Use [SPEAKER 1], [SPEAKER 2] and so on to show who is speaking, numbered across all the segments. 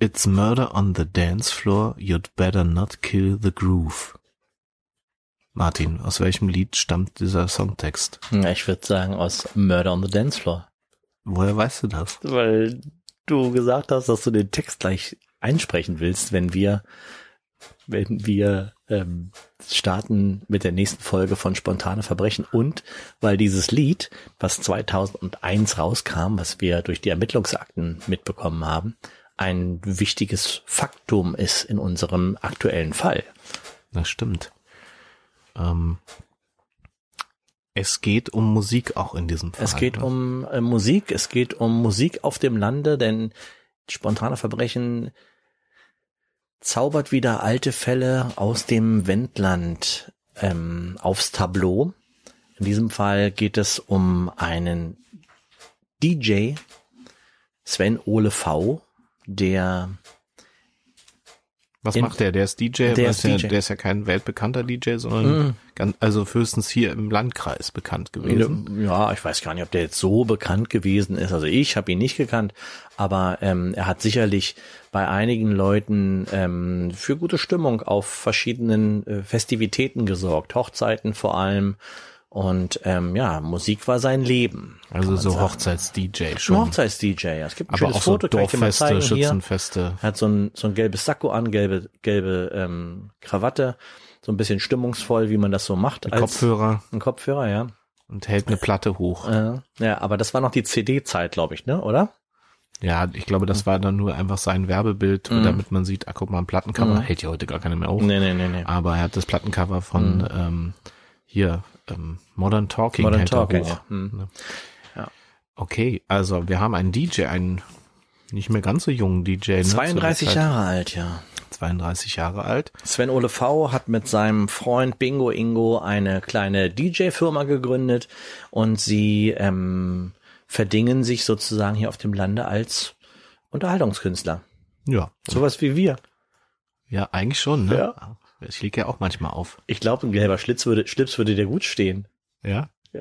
[SPEAKER 1] It's murder on the dance floor, you'd better not kill the groove. Martin, aus welchem Lied stammt dieser Songtext?
[SPEAKER 2] Ja, ich würde sagen aus Murder on the Dance Floor.
[SPEAKER 1] Woher weißt du das?
[SPEAKER 2] Weil du gesagt hast, dass du den Text gleich einsprechen willst, wenn wir, wenn wir ähm, starten mit der nächsten Folge von Spontane Verbrechen und weil dieses Lied, was 2001 rauskam, was wir durch die Ermittlungsakten mitbekommen haben, ein wichtiges Faktum ist in unserem aktuellen Fall.
[SPEAKER 1] Das stimmt. Ähm, es geht um Musik auch in diesem Fall.
[SPEAKER 2] Es geht
[SPEAKER 1] ne?
[SPEAKER 2] um äh, Musik, es geht um Musik auf dem Lande, denn spontane Verbrechen zaubert wieder alte Fälle aus dem Wendland ähm, aufs Tableau. In diesem Fall geht es um einen DJ, Sven Ole V., der
[SPEAKER 1] Was
[SPEAKER 2] in-
[SPEAKER 1] macht der? Der ist DJ,
[SPEAKER 2] Der
[SPEAKER 1] aber
[SPEAKER 2] ist
[SPEAKER 1] ja,
[SPEAKER 2] DJ.
[SPEAKER 1] der ist ja kein weltbekannter DJ, sondern
[SPEAKER 2] Mm.
[SPEAKER 1] ganz, also höchstens hier im Landkreis bekannt gewesen.
[SPEAKER 2] Ja, ich weiß gar nicht, ob der jetzt so bekannt gewesen ist. Also ich habe ihn nicht gekannt, aber ähm, er hat sicherlich bei einigen Leuten ähm, für gute Stimmung auf verschiedenen äh, Festivitäten gesorgt, Hochzeiten vor allem. Und ähm, ja, Musik war sein Leben.
[SPEAKER 1] Also so Hochzeits-DJ
[SPEAKER 2] Ein
[SPEAKER 1] schon.
[SPEAKER 2] Hochzeits-DJ. ja. Es gibt ein
[SPEAKER 1] aber
[SPEAKER 2] schönes
[SPEAKER 1] auch so
[SPEAKER 2] Foto, kann ich dir mal
[SPEAKER 1] Dorffeste,
[SPEAKER 2] zeigen hier.
[SPEAKER 1] Schützenfeste.
[SPEAKER 2] Er hat so ein, so ein gelbes Sakko an, gelbe, gelbe ähm, Krawatte, so ein bisschen stimmungsvoll, wie man das so macht.
[SPEAKER 1] Mit Kopfhörer
[SPEAKER 2] Ein Kopfhörer, ja.
[SPEAKER 1] und hält eine Platte hoch.
[SPEAKER 2] Ja, Äh, ja, aber das war noch die CD-Zeit, glaube ich, ne? Oder?
[SPEAKER 1] Ja, ich glaube, das war dann nur einfach sein Werbebild,
[SPEAKER 2] Mhm.
[SPEAKER 1] damit man sieht, ah, guck mal, ein Plattencover
[SPEAKER 2] Mhm.
[SPEAKER 1] hält ja heute gar keine mehr auf.
[SPEAKER 2] Nee, nee, nee, nee.
[SPEAKER 1] Aber er hat das Plattencover von
[SPEAKER 2] Mhm.
[SPEAKER 1] ähm, hier ähm, Modern Talking
[SPEAKER 2] Modern
[SPEAKER 1] hält er
[SPEAKER 2] Talking.
[SPEAKER 1] hoch.
[SPEAKER 2] Ja. Hm.
[SPEAKER 1] Okay, also wir haben einen DJ, einen nicht mehr ganz so jungen DJ. Ne, zu der
[SPEAKER 2] 32
[SPEAKER 1] Zeit.
[SPEAKER 2] Jahre alt, ja.
[SPEAKER 1] 32 Jahre alt.
[SPEAKER 2] Sven Ole V. hat mit seinem Freund Bingo Ingo eine kleine DJ-Firma gegründet und sie ähm, verdingen sich sozusagen hier auf dem Lande als Unterhaltungskünstler.
[SPEAKER 1] Ja,
[SPEAKER 2] Sowas wie wir.
[SPEAKER 1] ja, eigentlich schon. Ne?
[SPEAKER 2] Ja.
[SPEAKER 1] Ich lege ja auch manchmal auf.
[SPEAKER 2] Ich glaube, ein gelber Schlitz würde, Schlips würde dir gut stehen.
[SPEAKER 1] Ja,
[SPEAKER 2] Ja,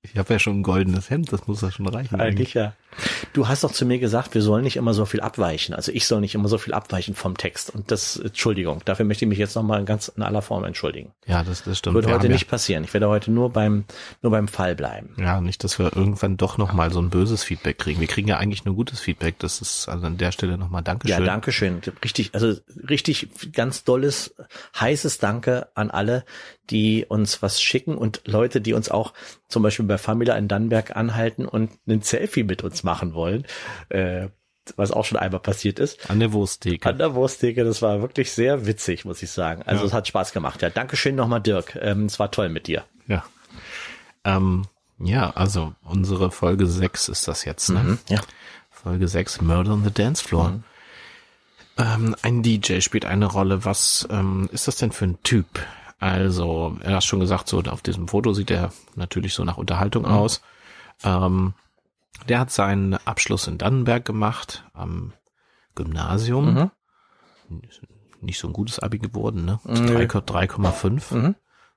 [SPEAKER 1] ich habe ja schon ein goldenes Hemd, das muss ja schon reichen.
[SPEAKER 2] eigentlich ja. Du hast doch zu mir gesagt, wir sollen nicht immer so viel abweichen. Also ich soll nicht immer so viel abweichen vom Text. Und das, Entschuldigung, dafür möchte ich mich jetzt nochmal ganz in aller Form entschuldigen.
[SPEAKER 1] Ja, das, das stimmt.
[SPEAKER 2] Wird
[SPEAKER 1] Wir
[SPEAKER 2] heute
[SPEAKER 1] haben
[SPEAKER 2] nicht passieren. Ich werde heute nur beim, nur beim Fall bleiben.
[SPEAKER 1] Ja, ja, nicht, dass wir irgendwann doch nochmal so ein böses Feedback kriegen. Wir kriegen ja eigentlich nur gutes Feedback. Das ist also an der Stelle nochmal Dankeschön.
[SPEAKER 2] Ja, danke schön. Richtig, also richtig ganz dolles, heißes Danke an alle, die uns was schicken und Leute, die uns auch zum Beispiel bei Famila in Dannenberg anhalten und ein Selfie mit uns machen wollen, äh, was auch schon einmal passiert ist.
[SPEAKER 1] An der Wursttheke.
[SPEAKER 2] An der Wursttheke, das war wirklich sehr witzig, muss ich sagen. Also
[SPEAKER 1] Ja.
[SPEAKER 2] es hat Spaß gemacht. Ja, Dankeschön nochmal, Dirk. Ähm, es war toll mit dir.
[SPEAKER 1] Ja. Ähm, ja, also unsere Folge 6 ist das jetzt. Ne?
[SPEAKER 2] Hm? Ja.
[SPEAKER 1] Folge 6, Murder on the Dance Floor. Ähm, ein DJ spielt eine Rolle. Was ähm, ist das denn für ein Typ? Also, er hat schon gesagt, so auf diesem Foto sieht er natürlich so nach Unterhaltung aus. Ähm, der hat seinen Abschluss in Dannenberg gemacht, am Gymnasium.
[SPEAKER 2] Mhm.
[SPEAKER 1] Nicht so ein gutes Abi geworden, ne? 3,5.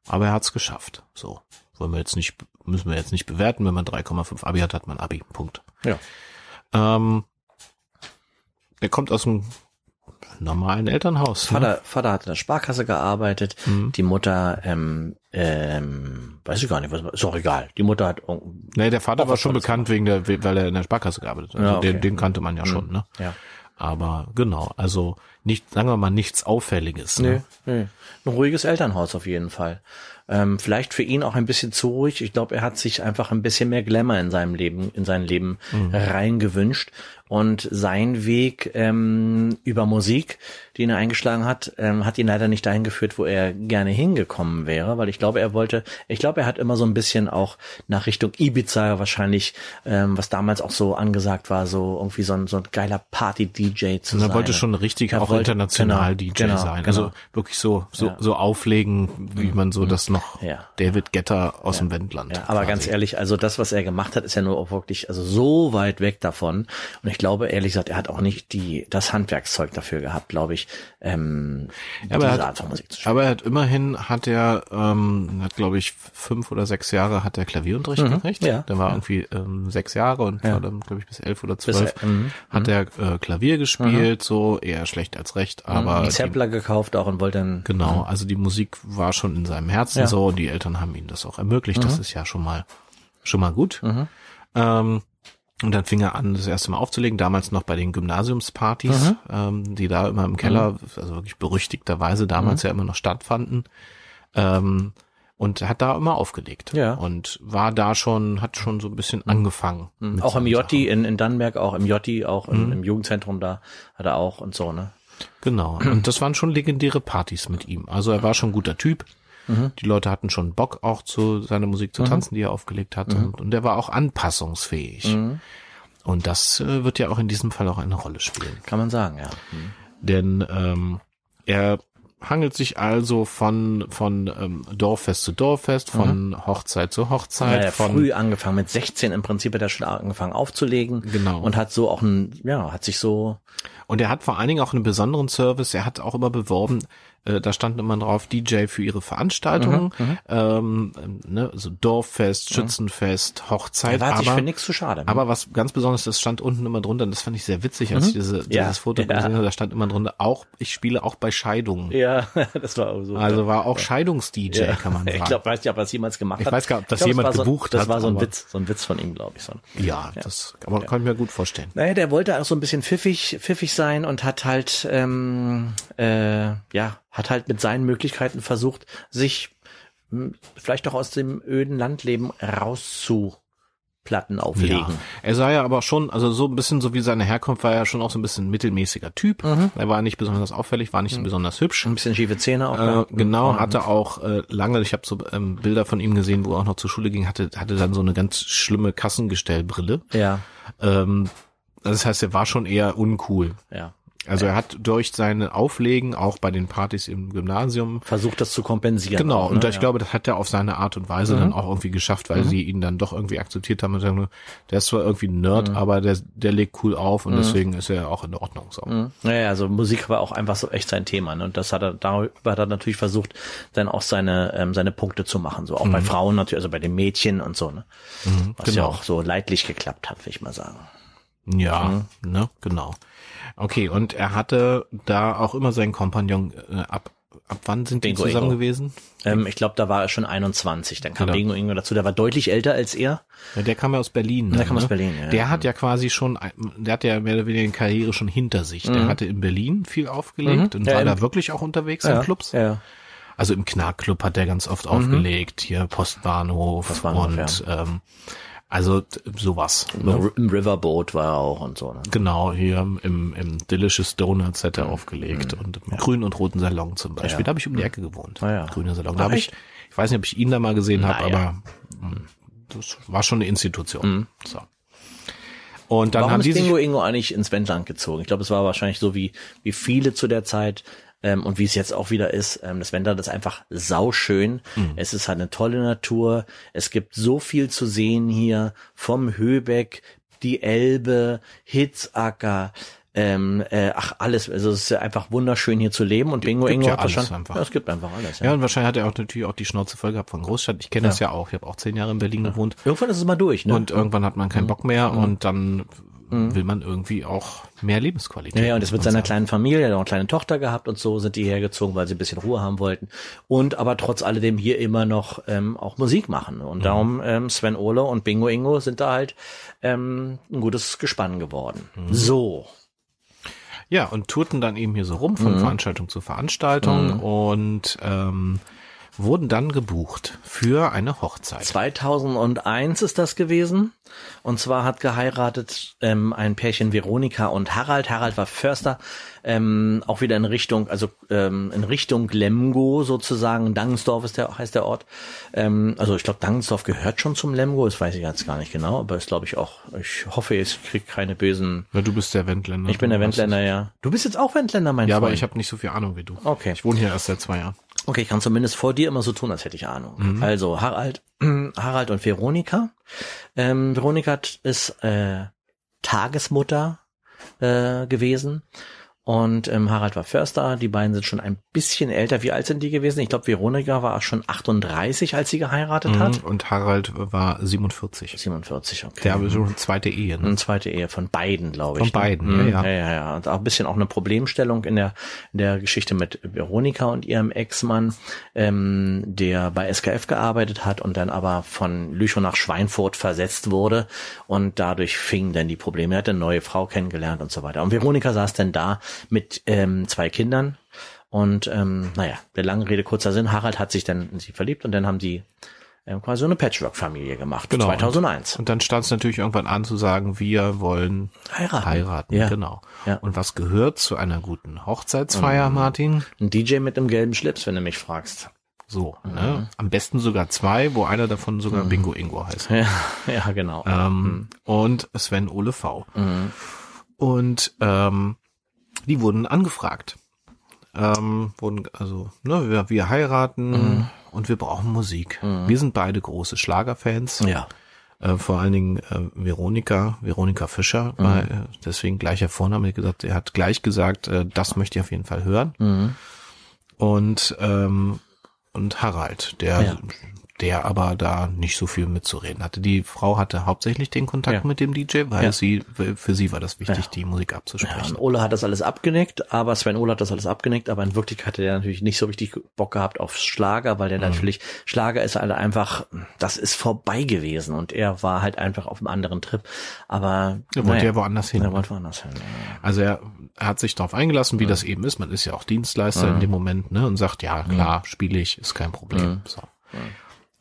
[SPEAKER 1] Aber er hat's geschafft. So. Wollen wir jetzt nicht, müssen wir jetzt nicht bewerten. Wenn man 3,5 Abi hat, hat man Abi. Punkt.
[SPEAKER 2] Ja.
[SPEAKER 1] Ähm, er kommt aus einem normalen Elternhaus. Ne?
[SPEAKER 2] Vater, Vater hat in der Sparkasse gearbeitet, die Mutter, ähm, ähm, weiß ich gar nicht, was, ist auch egal. Die Mutter hat, irgendein-
[SPEAKER 1] Nee, der Vater
[SPEAKER 2] Auch
[SPEAKER 1] war
[SPEAKER 2] was
[SPEAKER 1] schon
[SPEAKER 2] Tolles
[SPEAKER 1] bekannt wegen der, weil er in der Sparkasse gearbeitet hat.
[SPEAKER 2] Ja,
[SPEAKER 1] Also den,
[SPEAKER 2] okay. Mhm.
[SPEAKER 1] den kannte man ja schon, ne?
[SPEAKER 2] ja.
[SPEAKER 1] Aber genau, also nicht, sagen wir mal, nichts Auffälliges. Ne?
[SPEAKER 2] Nee. Ein ruhiges Elternhaus auf jeden Fall. Ähm, vielleicht für ihn auch ein bisschen zu ruhig. Ich glaube, er hat sich einfach ein bisschen mehr Glamour in seinem Leben, in sein Leben
[SPEAKER 1] Mhm.
[SPEAKER 2] reingewünscht. Und sein Weg ähm, über Musik, den er eingeschlagen hat, ähm, hat ihn leider nicht dahin geführt, wo er gerne hingekommen wäre, weil ich glaube, er wollte, ich glaube, er hat immer so ein bisschen auch nach Richtung Ibiza wahrscheinlich, ähm, was damals auch so angesagt war, so irgendwie so ein, so ein geiler Party-DJ zu
[SPEAKER 1] Und
[SPEAKER 2] sein.
[SPEAKER 1] er wollte schon richtig
[SPEAKER 2] Er
[SPEAKER 1] auch
[SPEAKER 2] wollte-
[SPEAKER 1] international DJ
[SPEAKER 2] genau, genau,
[SPEAKER 1] sein.
[SPEAKER 2] genau.
[SPEAKER 1] Also wirklich so, so,
[SPEAKER 2] Ja. Mhm.
[SPEAKER 1] so auflegen, wie man so das noch noch
[SPEAKER 2] Ja.
[SPEAKER 1] David Getter aus dem Wendland.
[SPEAKER 2] Ja, aber ganz ehrlich, also das, was er gemacht hat, ist ja nur auch wirklich also so weit weg davon. Und ich glaube, ehrlich gesagt, er hat auch nicht die das Handwerkszeug dafür gehabt, glaube ich, ähm,
[SPEAKER 1] Ja, aber er
[SPEAKER 2] diese
[SPEAKER 1] hat-
[SPEAKER 2] Art von Musik zu spielen.
[SPEAKER 1] Aber er hat immerhin hat er, ähm, hat glaube ich fünf oder sechs Jahre hat er Klavierunterricht gekriegt.
[SPEAKER 2] Mhm. ja.
[SPEAKER 1] Dann war er irgendwie ähm, sechs Jahre und war dann glaube ich bis elf oder
[SPEAKER 2] Bis
[SPEAKER 1] zwölf
[SPEAKER 2] er- mhm. Mhm.
[SPEAKER 1] hat er äh, Klavier gespielt, so eher schlecht als recht, aber
[SPEAKER 2] Einen
[SPEAKER 1] die,
[SPEAKER 2] Sampler gekauft auch und wollte dann
[SPEAKER 1] genau, also die Musik war schon in seinem Herzen
[SPEAKER 2] Ja. Mhm.
[SPEAKER 1] so und die Eltern haben ihm das auch ermöglicht. Das ist ja schon mal schon mal gut. Ähm, und dann fing er an, das erste Mal aufzulegen, damals noch bei den Gymnasiumspartys,
[SPEAKER 2] Mhm.
[SPEAKER 1] ähm, die da immer im Keller, also wirklich berüchtigterweise
[SPEAKER 2] Mhm.
[SPEAKER 1] damals ja immer noch stattfanden. Ähm, und hat da immer aufgelegt.
[SPEAKER 2] Ja.
[SPEAKER 1] Und war da schon, hat schon so ein bisschen angefangen. Genau, mit Mhm.
[SPEAKER 2] auch im
[SPEAKER 1] seinen
[SPEAKER 2] Jotti in, in Dannenberg, auch im Jotti, auch im, im Jugendzentrum da hat er auch und so ne.
[SPEAKER 1] Genau. Und das waren schon legendäre Partys mit ihm. Also er war schon ein guter Typ. Die Leute hatten schon Bock auch zu seiner Musik zu tanzen, die er aufgelegt hat. Und, und er war auch anpassungsfähig. Und das äh, wird ja auch in diesem Fall auch eine Rolle spielen.
[SPEAKER 2] Kann man sagen,
[SPEAKER 1] Halt
[SPEAKER 2] ja.
[SPEAKER 1] Denn ähm, er hangelt sich also von, von ähm, Dorffest zu Dorffest, von Hochzeit zu
[SPEAKER 2] Er
[SPEAKER 1] Hochzeit,
[SPEAKER 2] hat ja
[SPEAKER 1] von
[SPEAKER 2] früh angefangen, mit 16 im Prinzip hat er schon angefangen aufzulegen.
[SPEAKER 1] Genau.
[SPEAKER 2] Und hat so auch ein, ja, hat sich so,
[SPEAKER 1] Und er hat vor allen Dingen auch einen besonderen Service. Er hat auch immer beworben, äh, da stand immer drauf DJ für ihre Veranstaltungen,
[SPEAKER 2] Mhm,
[SPEAKER 1] ähm, ähm, ne, also Dorffest, Schützenfest,
[SPEAKER 2] er
[SPEAKER 1] Hochzeit.
[SPEAKER 2] war sich für
[SPEAKER 1] Aber,
[SPEAKER 2] nichts zu schade. ne?
[SPEAKER 1] aber was ganz Besonderes, das stand unten immer drunter, und das fand ich sehr witzig, als ich diese, dieses
[SPEAKER 2] Mhm. Ja,
[SPEAKER 1] Foto
[SPEAKER 2] ja.
[SPEAKER 1] gesehen habe, da stand immer drunter, auch, ich spiele auch bei Scheidungen.
[SPEAKER 2] ja, das war auch so.
[SPEAKER 1] Also war auch Scheidungs-DJ,
[SPEAKER 2] Ja.
[SPEAKER 1] kann man sagen.
[SPEAKER 2] Ich glaube, weiß nicht, ob er das jemals gemacht
[SPEAKER 1] Ich
[SPEAKER 2] hat.
[SPEAKER 1] weiß gar nicht, ob das
[SPEAKER 2] Ich glaub,
[SPEAKER 1] jemand
[SPEAKER 2] war so,
[SPEAKER 1] gebucht
[SPEAKER 2] das
[SPEAKER 1] hat,
[SPEAKER 2] Das war so ein
[SPEAKER 1] aber-
[SPEAKER 2] Witz, so ein Witz von ihm, glaube ich. So ein
[SPEAKER 1] ja, das aber kann ich mir gut vorstellen.
[SPEAKER 2] naja, der wollte auch so ein bisschen pfiffig, pfiffig sein und hat halt, ähm, äh, ja, hat halt mit seinen Möglichkeiten versucht, sich hm, vielleicht doch aus dem öden Landleben rauszuplatten auflegen.
[SPEAKER 1] Ja. Er sah ja aber schon, also so ein bisschen so wie seine Herkunft, war er schon auch so ein bisschen mittelmäßiger Typ. Er war nicht besonders auffällig, war nicht besonders hübsch.
[SPEAKER 2] Ein bisschen schiefe Zähne auch.
[SPEAKER 1] Äh,
[SPEAKER 2] ne?
[SPEAKER 1] genau, hatte auch äh, lange, ich habe so ähm, Bilder von ihm gesehen, wo er auch noch zur Schule ging, hatte, hatte dann so eine ganz schlimme Kassengestellbrille.
[SPEAKER 2] Ja,
[SPEAKER 1] Ähm, das heißt, er war schon eher uncool.
[SPEAKER 2] ja.
[SPEAKER 1] Also er hat durch seine Auflegen, auch bei den Partys im Gymnasium,
[SPEAKER 2] Versucht das zu kompensieren.
[SPEAKER 1] genau,
[SPEAKER 2] auch,
[SPEAKER 1] und
[SPEAKER 2] ne? Mhm.
[SPEAKER 1] ich glaube, das hat er auf seine Art und Weise dann auch irgendwie geschafft, weil sie ihn dann doch irgendwie akzeptiert haben und sagen, der ist zwar irgendwie ein
[SPEAKER 2] Mhm.
[SPEAKER 1] Nerd, aber der, der legt cool auf und deswegen ist er auch in Ordnung. So.
[SPEAKER 2] Mhm. Naja, also Musik war auch einfach so echt sein Thema. Ne? Und das hat er, darüber hat er natürlich versucht, dann auch seine, ähm, seine Punkte zu machen. So auch bei Frauen natürlich, also bei den Mädchen und so, ne? Was ja
[SPEAKER 1] genau.
[SPEAKER 2] auch so leidlich geklappt hat, will ich mal sagen. Mhm.
[SPEAKER 1] Ja, ne, genau. Okay, und er hatte da auch immer seinen Kompagnon äh, ab. Ab wann sind
[SPEAKER 2] Bingo
[SPEAKER 1] die zusammen
[SPEAKER 2] Ingo.
[SPEAKER 1] gewesen?
[SPEAKER 2] Ähm, ich glaube, da war er schon 21. Dann kam
[SPEAKER 1] Genau.
[SPEAKER 2] Bingo Ingo dazu. Der war deutlich älter als er.
[SPEAKER 1] Ja, der kam ja aus Berlin.
[SPEAKER 2] Der
[SPEAKER 1] dann,
[SPEAKER 2] kam aus
[SPEAKER 1] ne?
[SPEAKER 2] Berlin, ja.
[SPEAKER 1] Der hat ja quasi schon, ein- der hat ja mehr oder weniger eine Karriere schon hinter sich. Der hatte in Berlin viel aufgelegt und
[SPEAKER 2] Mhm. Ja,
[SPEAKER 1] war
[SPEAKER 2] im-
[SPEAKER 1] da wirklich auch unterwegs in Clubs.
[SPEAKER 2] Ja.
[SPEAKER 1] Also im Knarkclub hat er ganz oft
[SPEAKER 2] Mhm.
[SPEAKER 1] aufgelegt, hier Postbahnhof,
[SPEAKER 2] Postbahnhof,
[SPEAKER 1] und ähm, also t- sowas.
[SPEAKER 2] Im R- Im Riverboat war er auch und so. Ne?
[SPEAKER 1] Genau, hier im, im Delicious Donuts hat er
[SPEAKER 2] Mhm.
[SPEAKER 1] aufgelegt und im grünen und roten Salon zum Beispiel. Da habe ich um die Ecke gewohnt.
[SPEAKER 2] Ah ja.
[SPEAKER 1] Grüner Salon. Da habe ich, ich weiß nicht, ob ich ihn da mal gesehen habe,
[SPEAKER 2] Naja.
[SPEAKER 1] aber mh, das war schon eine Institution. So. Und dann
[SPEAKER 2] Mhm. Warum
[SPEAKER 1] haben
[SPEAKER 2] ist
[SPEAKER 1] die sich,
[SPEAKER 2] Bingo Ingo eigentlich ins Wendland gezogen? Ich glaube, es war wahrscheinlich so wie, wie viele zu der Zeit ähm, und wie es jetzt auch wieder ist. Ähm, das Wendland ist einfach sauschön.
[SPEAKER 1] Mhm.
[SPEAKER 2] Es ist halt eine tolle Natur. Es gibt so viel zu sehen hier vom Höbeck, die Elbe, Hitzacker. Ähm, äh, ach, alles. Also es ist ja einfach wunderschön hier zu leben und Bingo
[SPEAKER 1] gibt
[SPEAKER 2] Ingo
[SPEAKER 1] ja
[SPEAKER 2] hat das
[SPEAKER 1] alles
[SPEAKER 2] schon.
[SPEAKER 1] einfach.
[SPEAKER 2] Ja, es gibt einfach alles. Ja.
[SPEAKER 1] ja, und wahrscheinlich hat er auch natürlich auch die Schnauze voll gehabt von Großstadt. Ich kenne das ja auch. Ich habe auch zehn Jahre in Berlin gewohnt.
[SPEAKER 2] Irgendwann ist es mal durch, ne?
[SPEAKER 1] Und irgendwann hat man keinen Bock
[SPEAKER 2] Mhm.
[SPEAKER 1] mehr und dann will man irgendwie auch mehr Lebensqualität.
[SPEAKER 2] Ja, ja, und das mit seiner kleinen Familie, der hat auch eine kleine Tochter gehabt und so, sind die hergezogen, weil sie ein bisschen Ruhe haben wollten. Und aber trotz alledem hier immer noch ähm, auch Musik machen. Und darum ähm, Sven Ole und Bingo Ingo sind da halt ähm, ein gutes Gespann geworden. So.
[SPEAKER 1] Ja, und tourten dann eben hier so rum
[SPEAKER 2] Mhm.
[SPEAKER 1] von Veranstaltung zu Veranstaltung und ähm, wurden dann gebucht für eine Hochzeit.
[SPEAKER 2] 2001 ist das gewesen. Und zwar hat geheiratet ähm, ein Pärchen Veronika und Harald. Harald war Förster, ähm, auch wieder in Richtung, also ähm, in Richtung Lemgo sozusagen. Dangensdorf ist der, heißt der Ort. Ähm, also ich glaube, Dangensdorf gehört schon zum Lemgo, das weiß ich jetzt gar nicht genau, aber ist glaube ich auch. Ich hoffe, ich krieg keine bösen.
[SPEAKER 1] Ja, du bist der Wendländer.
[SPEAKER 2] Ich bin der
[SPEAKER 1] Du weißt
[SPEAKER 2] Wendländer, ja. Du bist jetzt auch Wendländer, mein
[SPEAKER 1] es. Ja,
[SPEAKER 2] Freund. Oh.
[SPEAKER 1] aber ich habe nicht so viel Ahnung wie du.
[SPEAKER 2] Okay.
[SPEAKER 1] Ich wohne hier erst seit zwei Jahren.
[SPEAKER 2] Okay, ich kann zumindest vor dir immer so tun, als hätte ich Ahnung. Also Harald, Harald und Veronika. Ähm, Veronika hat- ist äh, Tagesmutter äh, gewesen und ähm, Harald war Förster. Die beiden sind schon ein bisschen älter. Wie alt sind die gewesen? Ich glaube, Veronika war schon 38, als sie
[SPEAKER 1] Mhm.
[SPEAKER 2] geheiratet hat.
[SPEAKER 1] Und Harald war 47.
[SPEAKER 2] 47, okay. Mhm.
[SPEAKER 1] Der hatte schon eine zweite Ehe. Ne?
[SPEAKER 2] Eine zweite Ehe von beiden, glaube ich.
[SPEAKER 1] Von
[SPEAKER 2] ne?
[SPEAKER 1] beiden,
[SPEAKER 2] Mhm,
[SPEAKER 1] ja, ja.
[SPEAKER 2] ja. Ja, ja, Und auch ein bisschen auch eine Problemstellung in der, in der Geschichte mit Veronika und ihrem Ex-Mann, ähm, der bei SKF gearbeitet hat und dann aber von Lüchow nach Schweinfurt versetzt wurde. Und dadurch fingen dann die Probleme. Er hat eine neue Frau kennengelernt und so weiter. Und Veronika saß dann da mit ähm, zwei Kindern. Und ähm, naja, der lange Rede, kurzer Sinn. Harald hat sich dann in sie verliebt und dann haben die ähm, quasi so eine Patchwork-Familie gemacht.
[SPEAKER 1] Genau.
[SPEAKER 2] 2001.
[SPEAKER 1] Und dann stand es natürlich irgendwann an zu sagen, wir wollen
[SPEAKER 2] Heiraten.
[SPEAKER 1] heiraten.
[SPEAKER 2] Ja.
[SPEAKER 1] Genau.
[SPEAKER 2] Ja.
[SPEAKER 1] Und was gehört zu einer guten Hochzeitsfeier, Martin?
[SPEAKER 2] Ein DJ mit einem gelben Schlips, wenn du mich fragst.
[SPEAKER 1] So, ne? Am besten sogar zwei, wo einer davon sogar Bingo Ingo heißt.
[SPEAKER 2] Ja, ja genau.
[SPEAKER 1] Ähm, Und Sven Ole V. Und ähm, die wurden angefragt. Ähm, wurden, also, ne, wir, wir heiraten und wir brauchen Musik. Wir sind beide große Schlagerfans.
[SPEAKER 2] ja.
[SPEAKER 1] Äh, vor allen Dingen äh, Veronika, Veronika Fischer,
[SPEAKER 2] Mhm.
[SPEAKER 1] weil, äh, deswegen gleicher Vorname wie gesagt, er hat gleich gesagt, äh, das möchte ich auf jeden Fall hören.
[SPEAKER 2] Mhm.
[SPEAKER 1] Und ähm, und Harald, der
[SPEAKER 2] Ja.
[SPEAKER 1] der aber da nicht so viel mitzureden hatte. Die Frau hatte hauptsächlich den Kontakt
[SPEAKER 2] Ja.
[SPEAKER 1] mit dem DJ, weil
[SPEAKER 2] Ja.
[SPEAKER 1] sie für sie war das wichtig,
[SPEAKER 2] Ja.
[SPEAKER 1] die Musik
[SPEAKER 2] ja.
[SPEAKER 1] abzusprechen.
[SPEAKER 2] Und Ole hat das alles abgenickt, aber Sven Ole hat das alles abgenickt, aber in Wirklichkeit hatte der natürlich nicht so richtig Bock gehabt auf Schlager, weil der
[SPEAKER 1] Mhm.
[SPEAKER 2] natürlich, Schlager ist halt einfach, das ist vorbei gewesen und er war halt einfach auf einem anderen Trip, aber
[SPEAKER 1] Er wollte
[SPEAKER 2] naja,
[SPEAKER 1] ja woanders hin.
[SPEAKER 2] Er wollte woanders hin. ja.
[SPEAKER 1] Also er, er hat sich darauf eingelassen, wie das eben ist. Man ist ja auch Dienstleister in dem Moment, ne? Und sagt, ja, klar, spiele ich, ist kein Problem. So.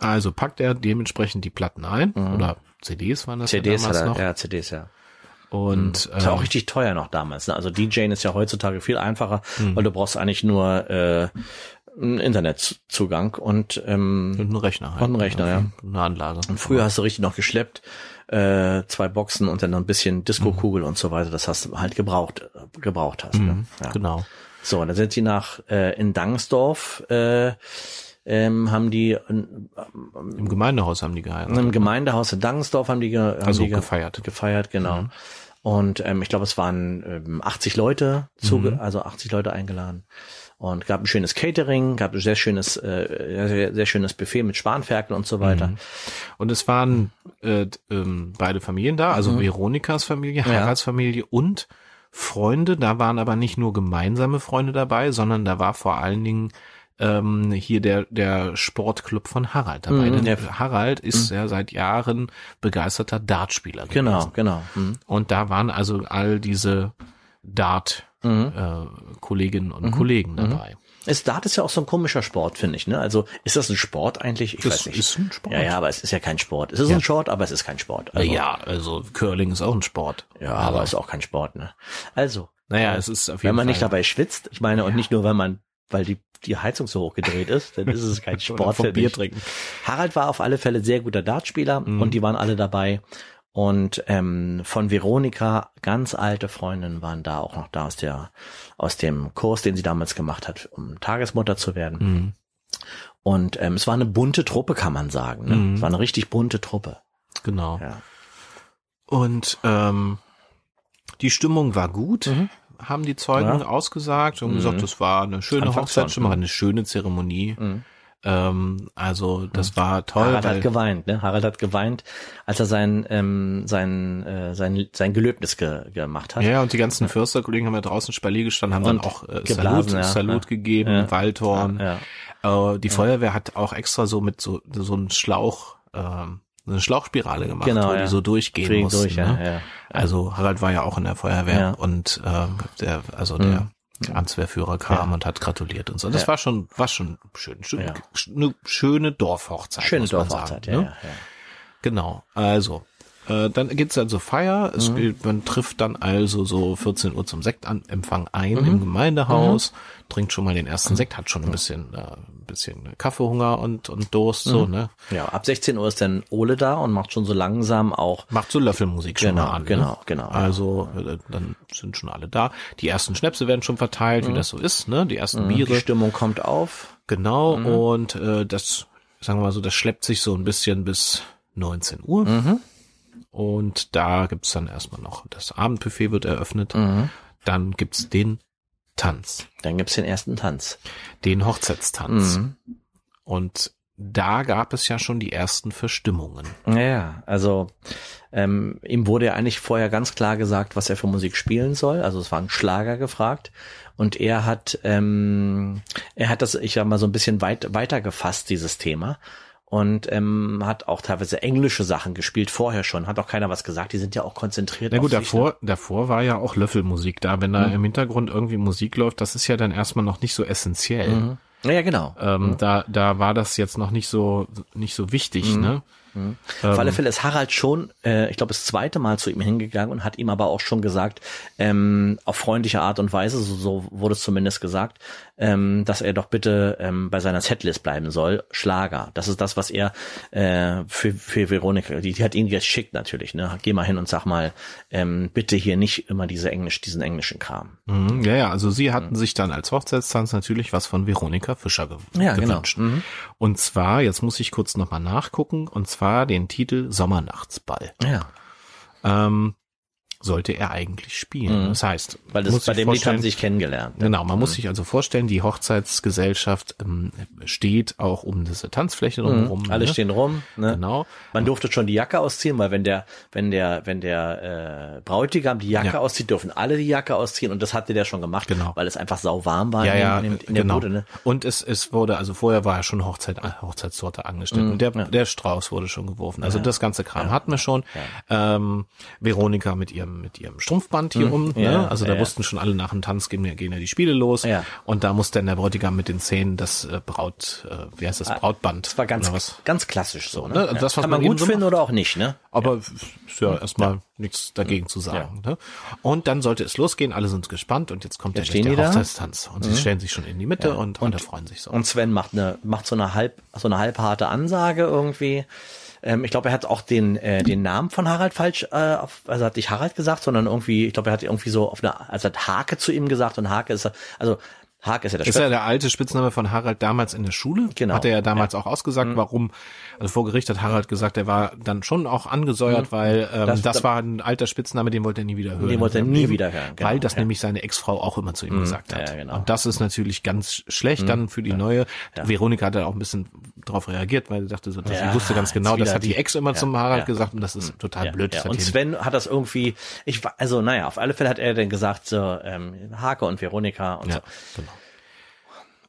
[SPEAKER 1] Also packt er dementsprechend die Platten ein oder CDs waren das
[SPEAKER 2] CDs
[SPEAKER 1] ja
[SPEAKER 2] hat
[SPEAKER 1] damals
[SPEAKER 2] er,
[SPEAKER 1] noch. Ähm.
[SPEAKER 2] ja, CDs, ja.
[SPEAKER 1] Und
[SPEAKER 2] Das war auch
[SPEAKER 1] ähm,
[SPEAKER 2] richtig teuer noch damals. Ne? Also DJing ist ja heutzutage viel einfacher,
[SPEAKER 1] Mhm.
[SPEAKER 2] weil du brauchst eigentlich nur äh, einen Internetzugang und ähm,
[SPEAKER 1] und einen Rechner halt.
[SPEAKER 2] Und einen Rechner, ja.
[SPEAKER 1] Eine Anlage.
[SPEAKER 2] Und früher hast du richtig noch geschleppt, äh, zwei Boxen und dann noch ein bisschen
[SPEAKER 1] Mhm.
[SPEAKER 2] Disco-Kugel und so weiter. Das hast du halt gebraucht, äh, gebraucht hast. Ne? Ja.
[SPEAKER 1] Genau.
[SPEAKER 2] So, und dann sind sie nach äh, in Dangsdorf, äh, ähm, haben die in,
[SPEAKER 1] Im Gemeindehaus haben die
[SPEAKER 2] in
[SPEAKER 1] geheiratet.
[SPEAKER 2] einem Gemeindehaus in Dangsdorf haben die, ge, haben
[SPEAKER 1] Also
[SPEAKER 2] die ge-
[SPEAKER 1] gefeiert. Mhm.
[SPEAKER 2] gefeiert, genau. Und ähm, ich glaube, es waren ähm, 80 Leute, zuge
[SPEAKER 1] Mhm.
[SPEAKER 2] also 80 Leute eingeladen. Und gab ein schönes Catering, gab ein sehr schönes, äh, sehr, sehr schönes Buffet mit Spanferkel und so
[SPEAKER 1] Mhm.
[SPEAKER 2] weiter.
[SPEAKER 1] Und es waren äh, d- ähm, beide Familien da, also
[SPEAKER 2] Mhm.
[SPEAKER 1] Veronikas Familie, Haralds Familie und Freunde. Da waren aber nicht nur gemeinsame Freunde dabei, sondern da war vor allen Dingen ähm, hier der, der Sportclub von Harald dabei.
[SPEAKER 2] Mhm,
[SPEAKER 1] Denn
[SPEAKER 2] der-
[SPEAKER 1] Harald ist ja seit Jahren begeisterter Dartspieler.
[SPEAKER 2] Genau,
[SPEAKER 1] gewesen.
[SPEAKER 2] genau. Mhm.
[SPEAKER 1] Und da waren also all diese
[SPEAKER 2] Mhm.
[SPEAKER 1] Dart-Kolleginnen und Kollegen dabei.
[SPEAKER 2] Ist Dart ist ja auch so ein komischer Sport, finde ich. Ne? Also ist das ein Sport eigentlich? Ich
[SPEAKER 1] Das
[SPEAKER 2] weiß nicht.
[SPEAKER 1] ist ein Sport.
[SPEAKER 2] Ja, ja, aber es ist ja kein Sport. Es ist ein Sport, aber es ist kein Sport. Also,
[SPEAKER 1] Ja, also Curling ist auch ein Sport.
[SPEAKER 2] ja, aber es ist auch kein Sport. Ne? Also,
[SPEAKER 1] Naja, es ist auf jeden
[SPEAKER 2] wenn man
[SPEAKER 1] Fall.
[SPEAKER 2] nicht dabei schwitzt, ich meine, und nicht nur, weil man, weil die die Heizung so hoch gedreht ist, dann ist es kein
[SPEAKER 1] Oder
[SPEAKER 2] Sport.
[SPEAKER 1] vom
[SPEAKER 2] finde
[SPEAKER 1] Bier
[SPEAKER 2] ich.
[SPEAKER 1] trinken. Mhm.
[SPEAKER 2] Harald war auf alle Fälle sehr guter Dartspieler und die waren alle dabei. Und ähm, von Veronika, ganz alte Freundinnen waren da auch noch da aus der aus dem Kurs, den sie damals gemacht hat, um Tagesmutter zu werden.
[SPEAKER 1] Mhm.
[SPEAKER 2] Und ähm, es war eine bunte Truppe, kann man sagen. Ne? Es war eine richtig bunte Truppe.
[SPEAKER 1] Genau.
[SPEAKER 2] Ja.
[SPEAKER 1] Und ähm, die Stimmung war gut, haben die Zeugen
[SPEAKER 2] Mhm. Ja.
[SPEAKER 1] ausgesagt und gesagt, das war eine schöne
[SPEAKER 2] Anfangs schon, Mhm.
[SPEAKER 1] Hochzeitsstimmung, eine schöne Zeremonie. Ähm, also das war toll.
[SPEAKER 2] Harald Mhm. hat geweint, ne? Harald hat geweint, als er sein ähm, sein äh, sein sein Gelöbnis ge gemacht hat.
[SPEAKER 1] ja, ja, und die ganzen Försterkollegen haben ja draußen Spalier gestanden, haben
[SPEAKER 2] Und
[SPEAKER 1] dann auch äh,
[SPEAKER 2] geblasen,
[SPEAKER 1] Salut,
[SPEAKER 2] ja,
[SPEAKER 1] Salut
[SPEAKER 2] ja.
[SPEAKER 1] gegeben,
[SPEAKER 2] Ja.
[SPEAKER 1] Waldhorn.
[SPEAKER 2] Ja.
[SPEAKER 1] Äh, die Feuerwehr hat auch extra so mit so, so einem Schlauch, ähm, eine Schlauchspirale gemacht,
[SPEAKER 2] Genau,
[SPEAKER 1] wo
[SPEAKER 2] ja.
[SPEAKER 1] die so durchgehen
[SPEAKER 2] Fliegen
[SPEAKER 1] mussten.
[SPEAKER 2] durch, ja,
[SPEAKER 1] ne?
[SPEAKER 2] ja.
[SPEAKER 1] Also Harald war ja auch in der Feuerwehr
[SPEAKER 2] Ja. Mhm.
[SPEAKER 1] und ähm, der, also der Amtswehrführer kam und hat gratuliert und so. Das
[SPEAKER 2] Ja.
[SPEAKER 1] war schon, war schon schön, schön
[SPEAKER 2] Ja.
[SPEAKER 1] eine schöne Dorfhochzeit.
[SPEAKER 2] Schöne
[SPEAKER 1] muss man
[SPEAKER 2] Dorfhochzeit,
[SPEAKER 1] sagen,
[SPEAKER 2] ja,
[SPEAKER 1] ne?
[SPEAKER 2] ja, ja.
[SPEAKER 1] Genau. Also äh, dann geht's dann zur Feier. Es, geht- Man trifft dann also so 14 Uhr zum Sektempfang ein im Gemeindehaus, trinkt schon mal den ersten Sekt, hat schon ein bisschen, äh, ein bisschen Kaffeehunger und und Durst so ne.
[SPEAKER 2] Ja, ab 16 Uhr ist dann Ole da und macht schon so langsam auch.
[SPEAKER 1] Macht so Löffelmusik schon
[SPEAKER 2] Genau,
[SPEAKER 1] mal an. ne?
[SPEAKER 2] genau, genau.
[SPEAKER 1] Also äh, dann sind Mhm. schon alle da. Die ersten Schnäpse werden schon verteilt, wie das so ist, ne? Die ersten Biere.
[SPEAKER 2] Die Stimmung kommt auf.
[SPEAKER 1] Genau,
[SPEAKER 2] Mhm.
[SPEAKER 1] und äh, das, sagen wir mal so, das schleppt sich so ein bisschen bis 19 Uhr.
[SPEAKER 2] Mhm.
[SPEAKER 1] Und da gibt's dann erstmal noch, das Abendbuffet wird eröffnet.
[SPEAKER 2] Mhm.
[SPEAKER 1] Dann gibt's den Tanz,
[SPEAKER 2] Dann gibt's den ersten Tanz.
[SPEAKER 1] den Hochzeitstanz.
[SPEAKER 2] Mhm.
[SPEAKER 1] Und da gab es ja schon die ersten Verstimmungen.
[SPEAKER 2] Ja, also ähm, ihm wurde ja eigentlich vorher ganz klar gesagt, was er für Musik spielen soll. Also es waren Schlager gefragt und er hat ähm, er hat das, ich sag mal so ein bisschen weit weiter gefasst dieses Thema und ähm, hat auch teilweise englische Sachen gespielt vorher schon. Hat auch keiner was gesagt. Die sind ja auch konzentriert.
[SPEAKER 1] Na
[SPEAKER 2] auf
[SPEAKER 1] gut,
[SPEAKER 2] sich, ne? Mhm.
[SPEAKER 1] davor, davor war ja auch Löffelmusik da. Wenn da im Hintergrund irgendwie Musik läuft, das ist ja dann erstmal noch nicht so essentiell.
[SPEAKER 2] Mhm. Ja, ja, genau.
[SPEAKER 1] Ähm, da, da war das jetzt noch nicht so, nicht so wichtig,
[SPEAKER 2] Mhm.
[SPEAKER 1] ne?
[SPEAKER 2] Auf
[SPEAKER 1] Ähm.
[SPEAKER 2] alle Fälle ist Harald schon, äh, ich glaube, das zweite Mal zu ihm hingegangen und hat ihm aber auch schon gesagt, ähm, auf freundliche Art und Weise, so, so wurde es zumindest gesagt, ähm, dass er doch bitte ähm, bei seiner Setlist bleiben soll. Schlager. Das ist das, was er äh, für, für Veronika, die, die hat ihn geschickt natürlich, ne? Geh mal hin und sag mal, ähm, bitte hier nicht immer diese Englisch, diesen englischen Kram.
[SPEAKER 1] Mhm, ja, ja, also sie hatten sich dann als Hochzeitstanz natürlich was von Veronika Fischer ge
[SPEAKER 2] Ja, genau.
[SPEAKER 1] gewünscht. Und zwar, jetzt muss ich kurz nochmal nachgucken, und zwar den Titel Sommernachtsball.
[SPEAKER 2] Ja.
[SPEAKER 1] Ähm, sollte er eigentlich spielen. Das heißt,
[SPEAKER 2] Mhm. Weil das,
[SPEAKER 1] muss
[SPEAKER 2] bei
[SPEAKER 1] ich
[SPEAKER 2] dem Lied haben
[SPEAKER 1] vorstellen-
[SPEAKER 2] sie sich Mhm. kennengelernt. ne?
[SPEAKER 1] Genau, man muss sich also vorstellen, die Hochzeitsgesellschaft ähm, steht auch um diese Tanzfläche drumherum.
[SPEAKER 2] Mhm, Alle
[SPEAKER 1] ne?
[SPEAKER 2] stehen rum. Ne?
[SPEAKER 1] Genau.
[SPEAKER 2] Man durfte schon die Jacke ausziehen, weil wenn der, wenn der, wenn der äh, Bräutigam die Jacke
[SPEAKER 1] Ja.
[SPEAKER 2] auszieht, dürfen alle die Jacke ausziehen und das hatte der schon gemacht,
[SPEAKER 1] Genau.
[SPEAKER 2] weil es einfach sau warm war
[SPEAKER 1] Ja,
[SPEAKER 2] in, dem-
[SPEAKER 1] ja,
[SPEAKER 2] in, dem- in der
[SPEAKER 1] genau.
[SPEAKER 2] Bude. Ne?
[SPEAKER 1] Und es, es wurde, also vorher war ja schon Hochzeit, äh, Hochzeitssorte angestellt. und der,
[SPEAKER 2] Mhm, ja.
[SPEAKER 1] der Strauß wurde schon geworfen. Also das ganze Kram hatten wir schon. Ähm, Veronika mit ihrem, mit ihrem Strumpfband hier um.
[SPEAKER 2] Mhm. ja,
[SPEAKER 1] ne? Also da
[SPEAKER 2] ja, ja.
[SPEAKER 1] wussten schon alle nach dem Tanz gehen, ja- gehen ja die Spiele los.
[SPEAKER 2] Ja.
[SPEAKER 1] Und da musste dann der Bräutigam mit den Zähnen das äh, Braut, äh, wie heißt das, Brautband.
[SPEAKER 2] Ah, Das war ganz,
[SPEAKER 1] oder was.
[SPEAKER 2] ganz klassisch so. Ne?
[SPEAKER 1] ne? Also das, was
[SPEAKER 2] Kann man
[SPEAKER 1] man eben
[SPEAKER 2] gut
[SPEAKER 1] so
[SPEAKER 2] finden oder auch nicht, ne?
[SPEAKER 1] Aber ist
[SPEAKER 2] Mhm.
[SPEAKER 1] ja erstmal nichts dagegen zu sagen. Ne? Und dann sollte es losgehen, alle sind gespannt und jetzt kommt der,
[SPEAKER 2] stehen
[SPEAKER 1] der
[SPEAKER 2] die da. Mhm.
[SPEAKER 1] Hochzeitstanz. Und sie stellen sich schon in die Mitte und, alle freuen sich so.
[SPEAKER 2] Und Sven macht eine, macht so eine halb, so eine halbharte Ansage irgendwie. Ähm, ich glaube, er hat auch den, äh, den Namen von Harald falsch, äh, auf, also hat nicht Harald gesagt, sondern irgendwie, ich glaube, er hat irgendwie so auf eine, also hat Hake zu ihm gesagt und Hake ist, also Hake ist ja der
[SPEAKER 1] Ist ja der alte Spitzname von Harald damals in der Schule.
[SPEAKER 2] Genau. Mhm.
[SPEAKER 1] Hat er ja damals auch ausgesagt, warum. Also vor Gericht hat Harald gesagt, er war dann schon auch angesäuert, weil ähm, das,
[SPEAKER 2] Mhm. Das-
[SPEAKER 1] war ein alter Spitzname, den wollte er nie wieder hören.
[SPEAKER 2] Den wollte er
[SPEAKER 1] in seinem
[SPEAKER 2] nie
[SPEAKER 1] Leben,
[SPEAKER 2] wieder hören, genau,
[SPEAKER 1] Weil das
[SPEAKER 2] ja.
[SPEAKER 1] nämlich seine Ex-Frau auch immer zu ihm gesagt hat.
[SPEAKER 2] ja, genau. Mhm.
[SPEAKER 1] Und das ist natürlich ganz schlecht dann für die neue. Veronika hat da auch ein bisschen drauf reagiert, weil sie dachte, so, dass
[SPEAKER 2] Ja,
[SPEAKER 1] sie wusste ganz
[SPEAKER 2] jetzt
[SPEAKER 1] genau, das
[SPEAKER 2] wieder
[SPEAKER 1] hat die
[SPEAKER 2] die-
[SPEAKER 1] Ex immer
[SPEAKER 2] Ja,
[SPEAKER 1] zum Harald
[SPEAKER 2] ja. Mhm.
[SPEAKER 1] gesagt und das ist total blöd. Das
[SPEAKER 2] Ja,
[SPEAKER 1] hat
[SPEAKER 2] und
[SPEAKER 1] jeden-
[SPEAKER 2] Sven hat das irgendwie, ich wa- also naja, auf alle Fälle hat er dann gesagt, so ähm, Hake und Veronika und
[SPEAKER 1] ja,
[SPEAKER 2] so.
[SPEAKER 1] genau.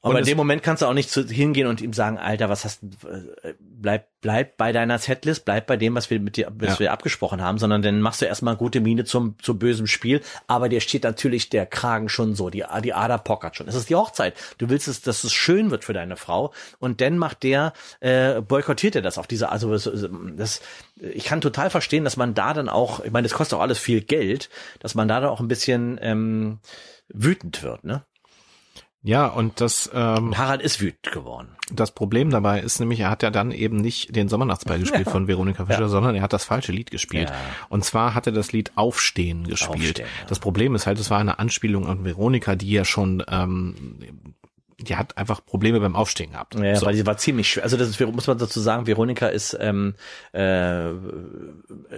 [SPEAKER 2] Aber
[SPEAKER 1] es-
[SPEAKER 2] in dem Moment kannst du auch nicht zu, hingehen und ihm sagen, Alter, was hast du, äh, bleib, bleib bei deiner Setlist, bleib bei dem, was wir mit dir, was
[SPEAKER 1] Ja.
[SPEAKER 2] wir abgesprochen haben, sondern dann machst du erstmal gute Miene zum, zu bösem Spiel, aber dir steht natürlich der Kragen schon so, die, die Ader pockert schon. Es ist die Hochzeit. Du willst es, dass es schön wird für deine Frau und dann macht der, äh, boykottiert er das auf diese, also das, das, ich kann total verstehen, dass man da dann auch, ich meine, das kostet auch alles viel Geld, dass man da dann auch ein bisschen, ähm, wütend wird, ne?
[SPEAKER 1] ja, und das, ähm,
[SPEAKER 2] Und Harald ist wütend geworden.
[SPEAKER 1] Das Problem dabei ist nämlich, er hat ja dann eben nicht den Sommernachtsball gespielt von Veronika Fischer, sondern er hat das falsche Lied gespielt.
[SPEAKER 2] Ja.
[SPEAKER 1] Und zwar hat er das Lied Aufstehen gespielt.
[SPEAKER 2] Aufstehen, ja.
[SPEAKER 1] Das Problem ist halt, es war eine Anspielung an Veronika, die ja schon, ähm, die hat einfach Probleme beim Aufstehen gehabt.
[SPEAKER 2] Ja,
[SPEAKER 1] so.
[SPEAKER 2] weil sie war ziemlich schwer. Also das ist, muss man dazu sagen, Veronika ist, ähm, äh,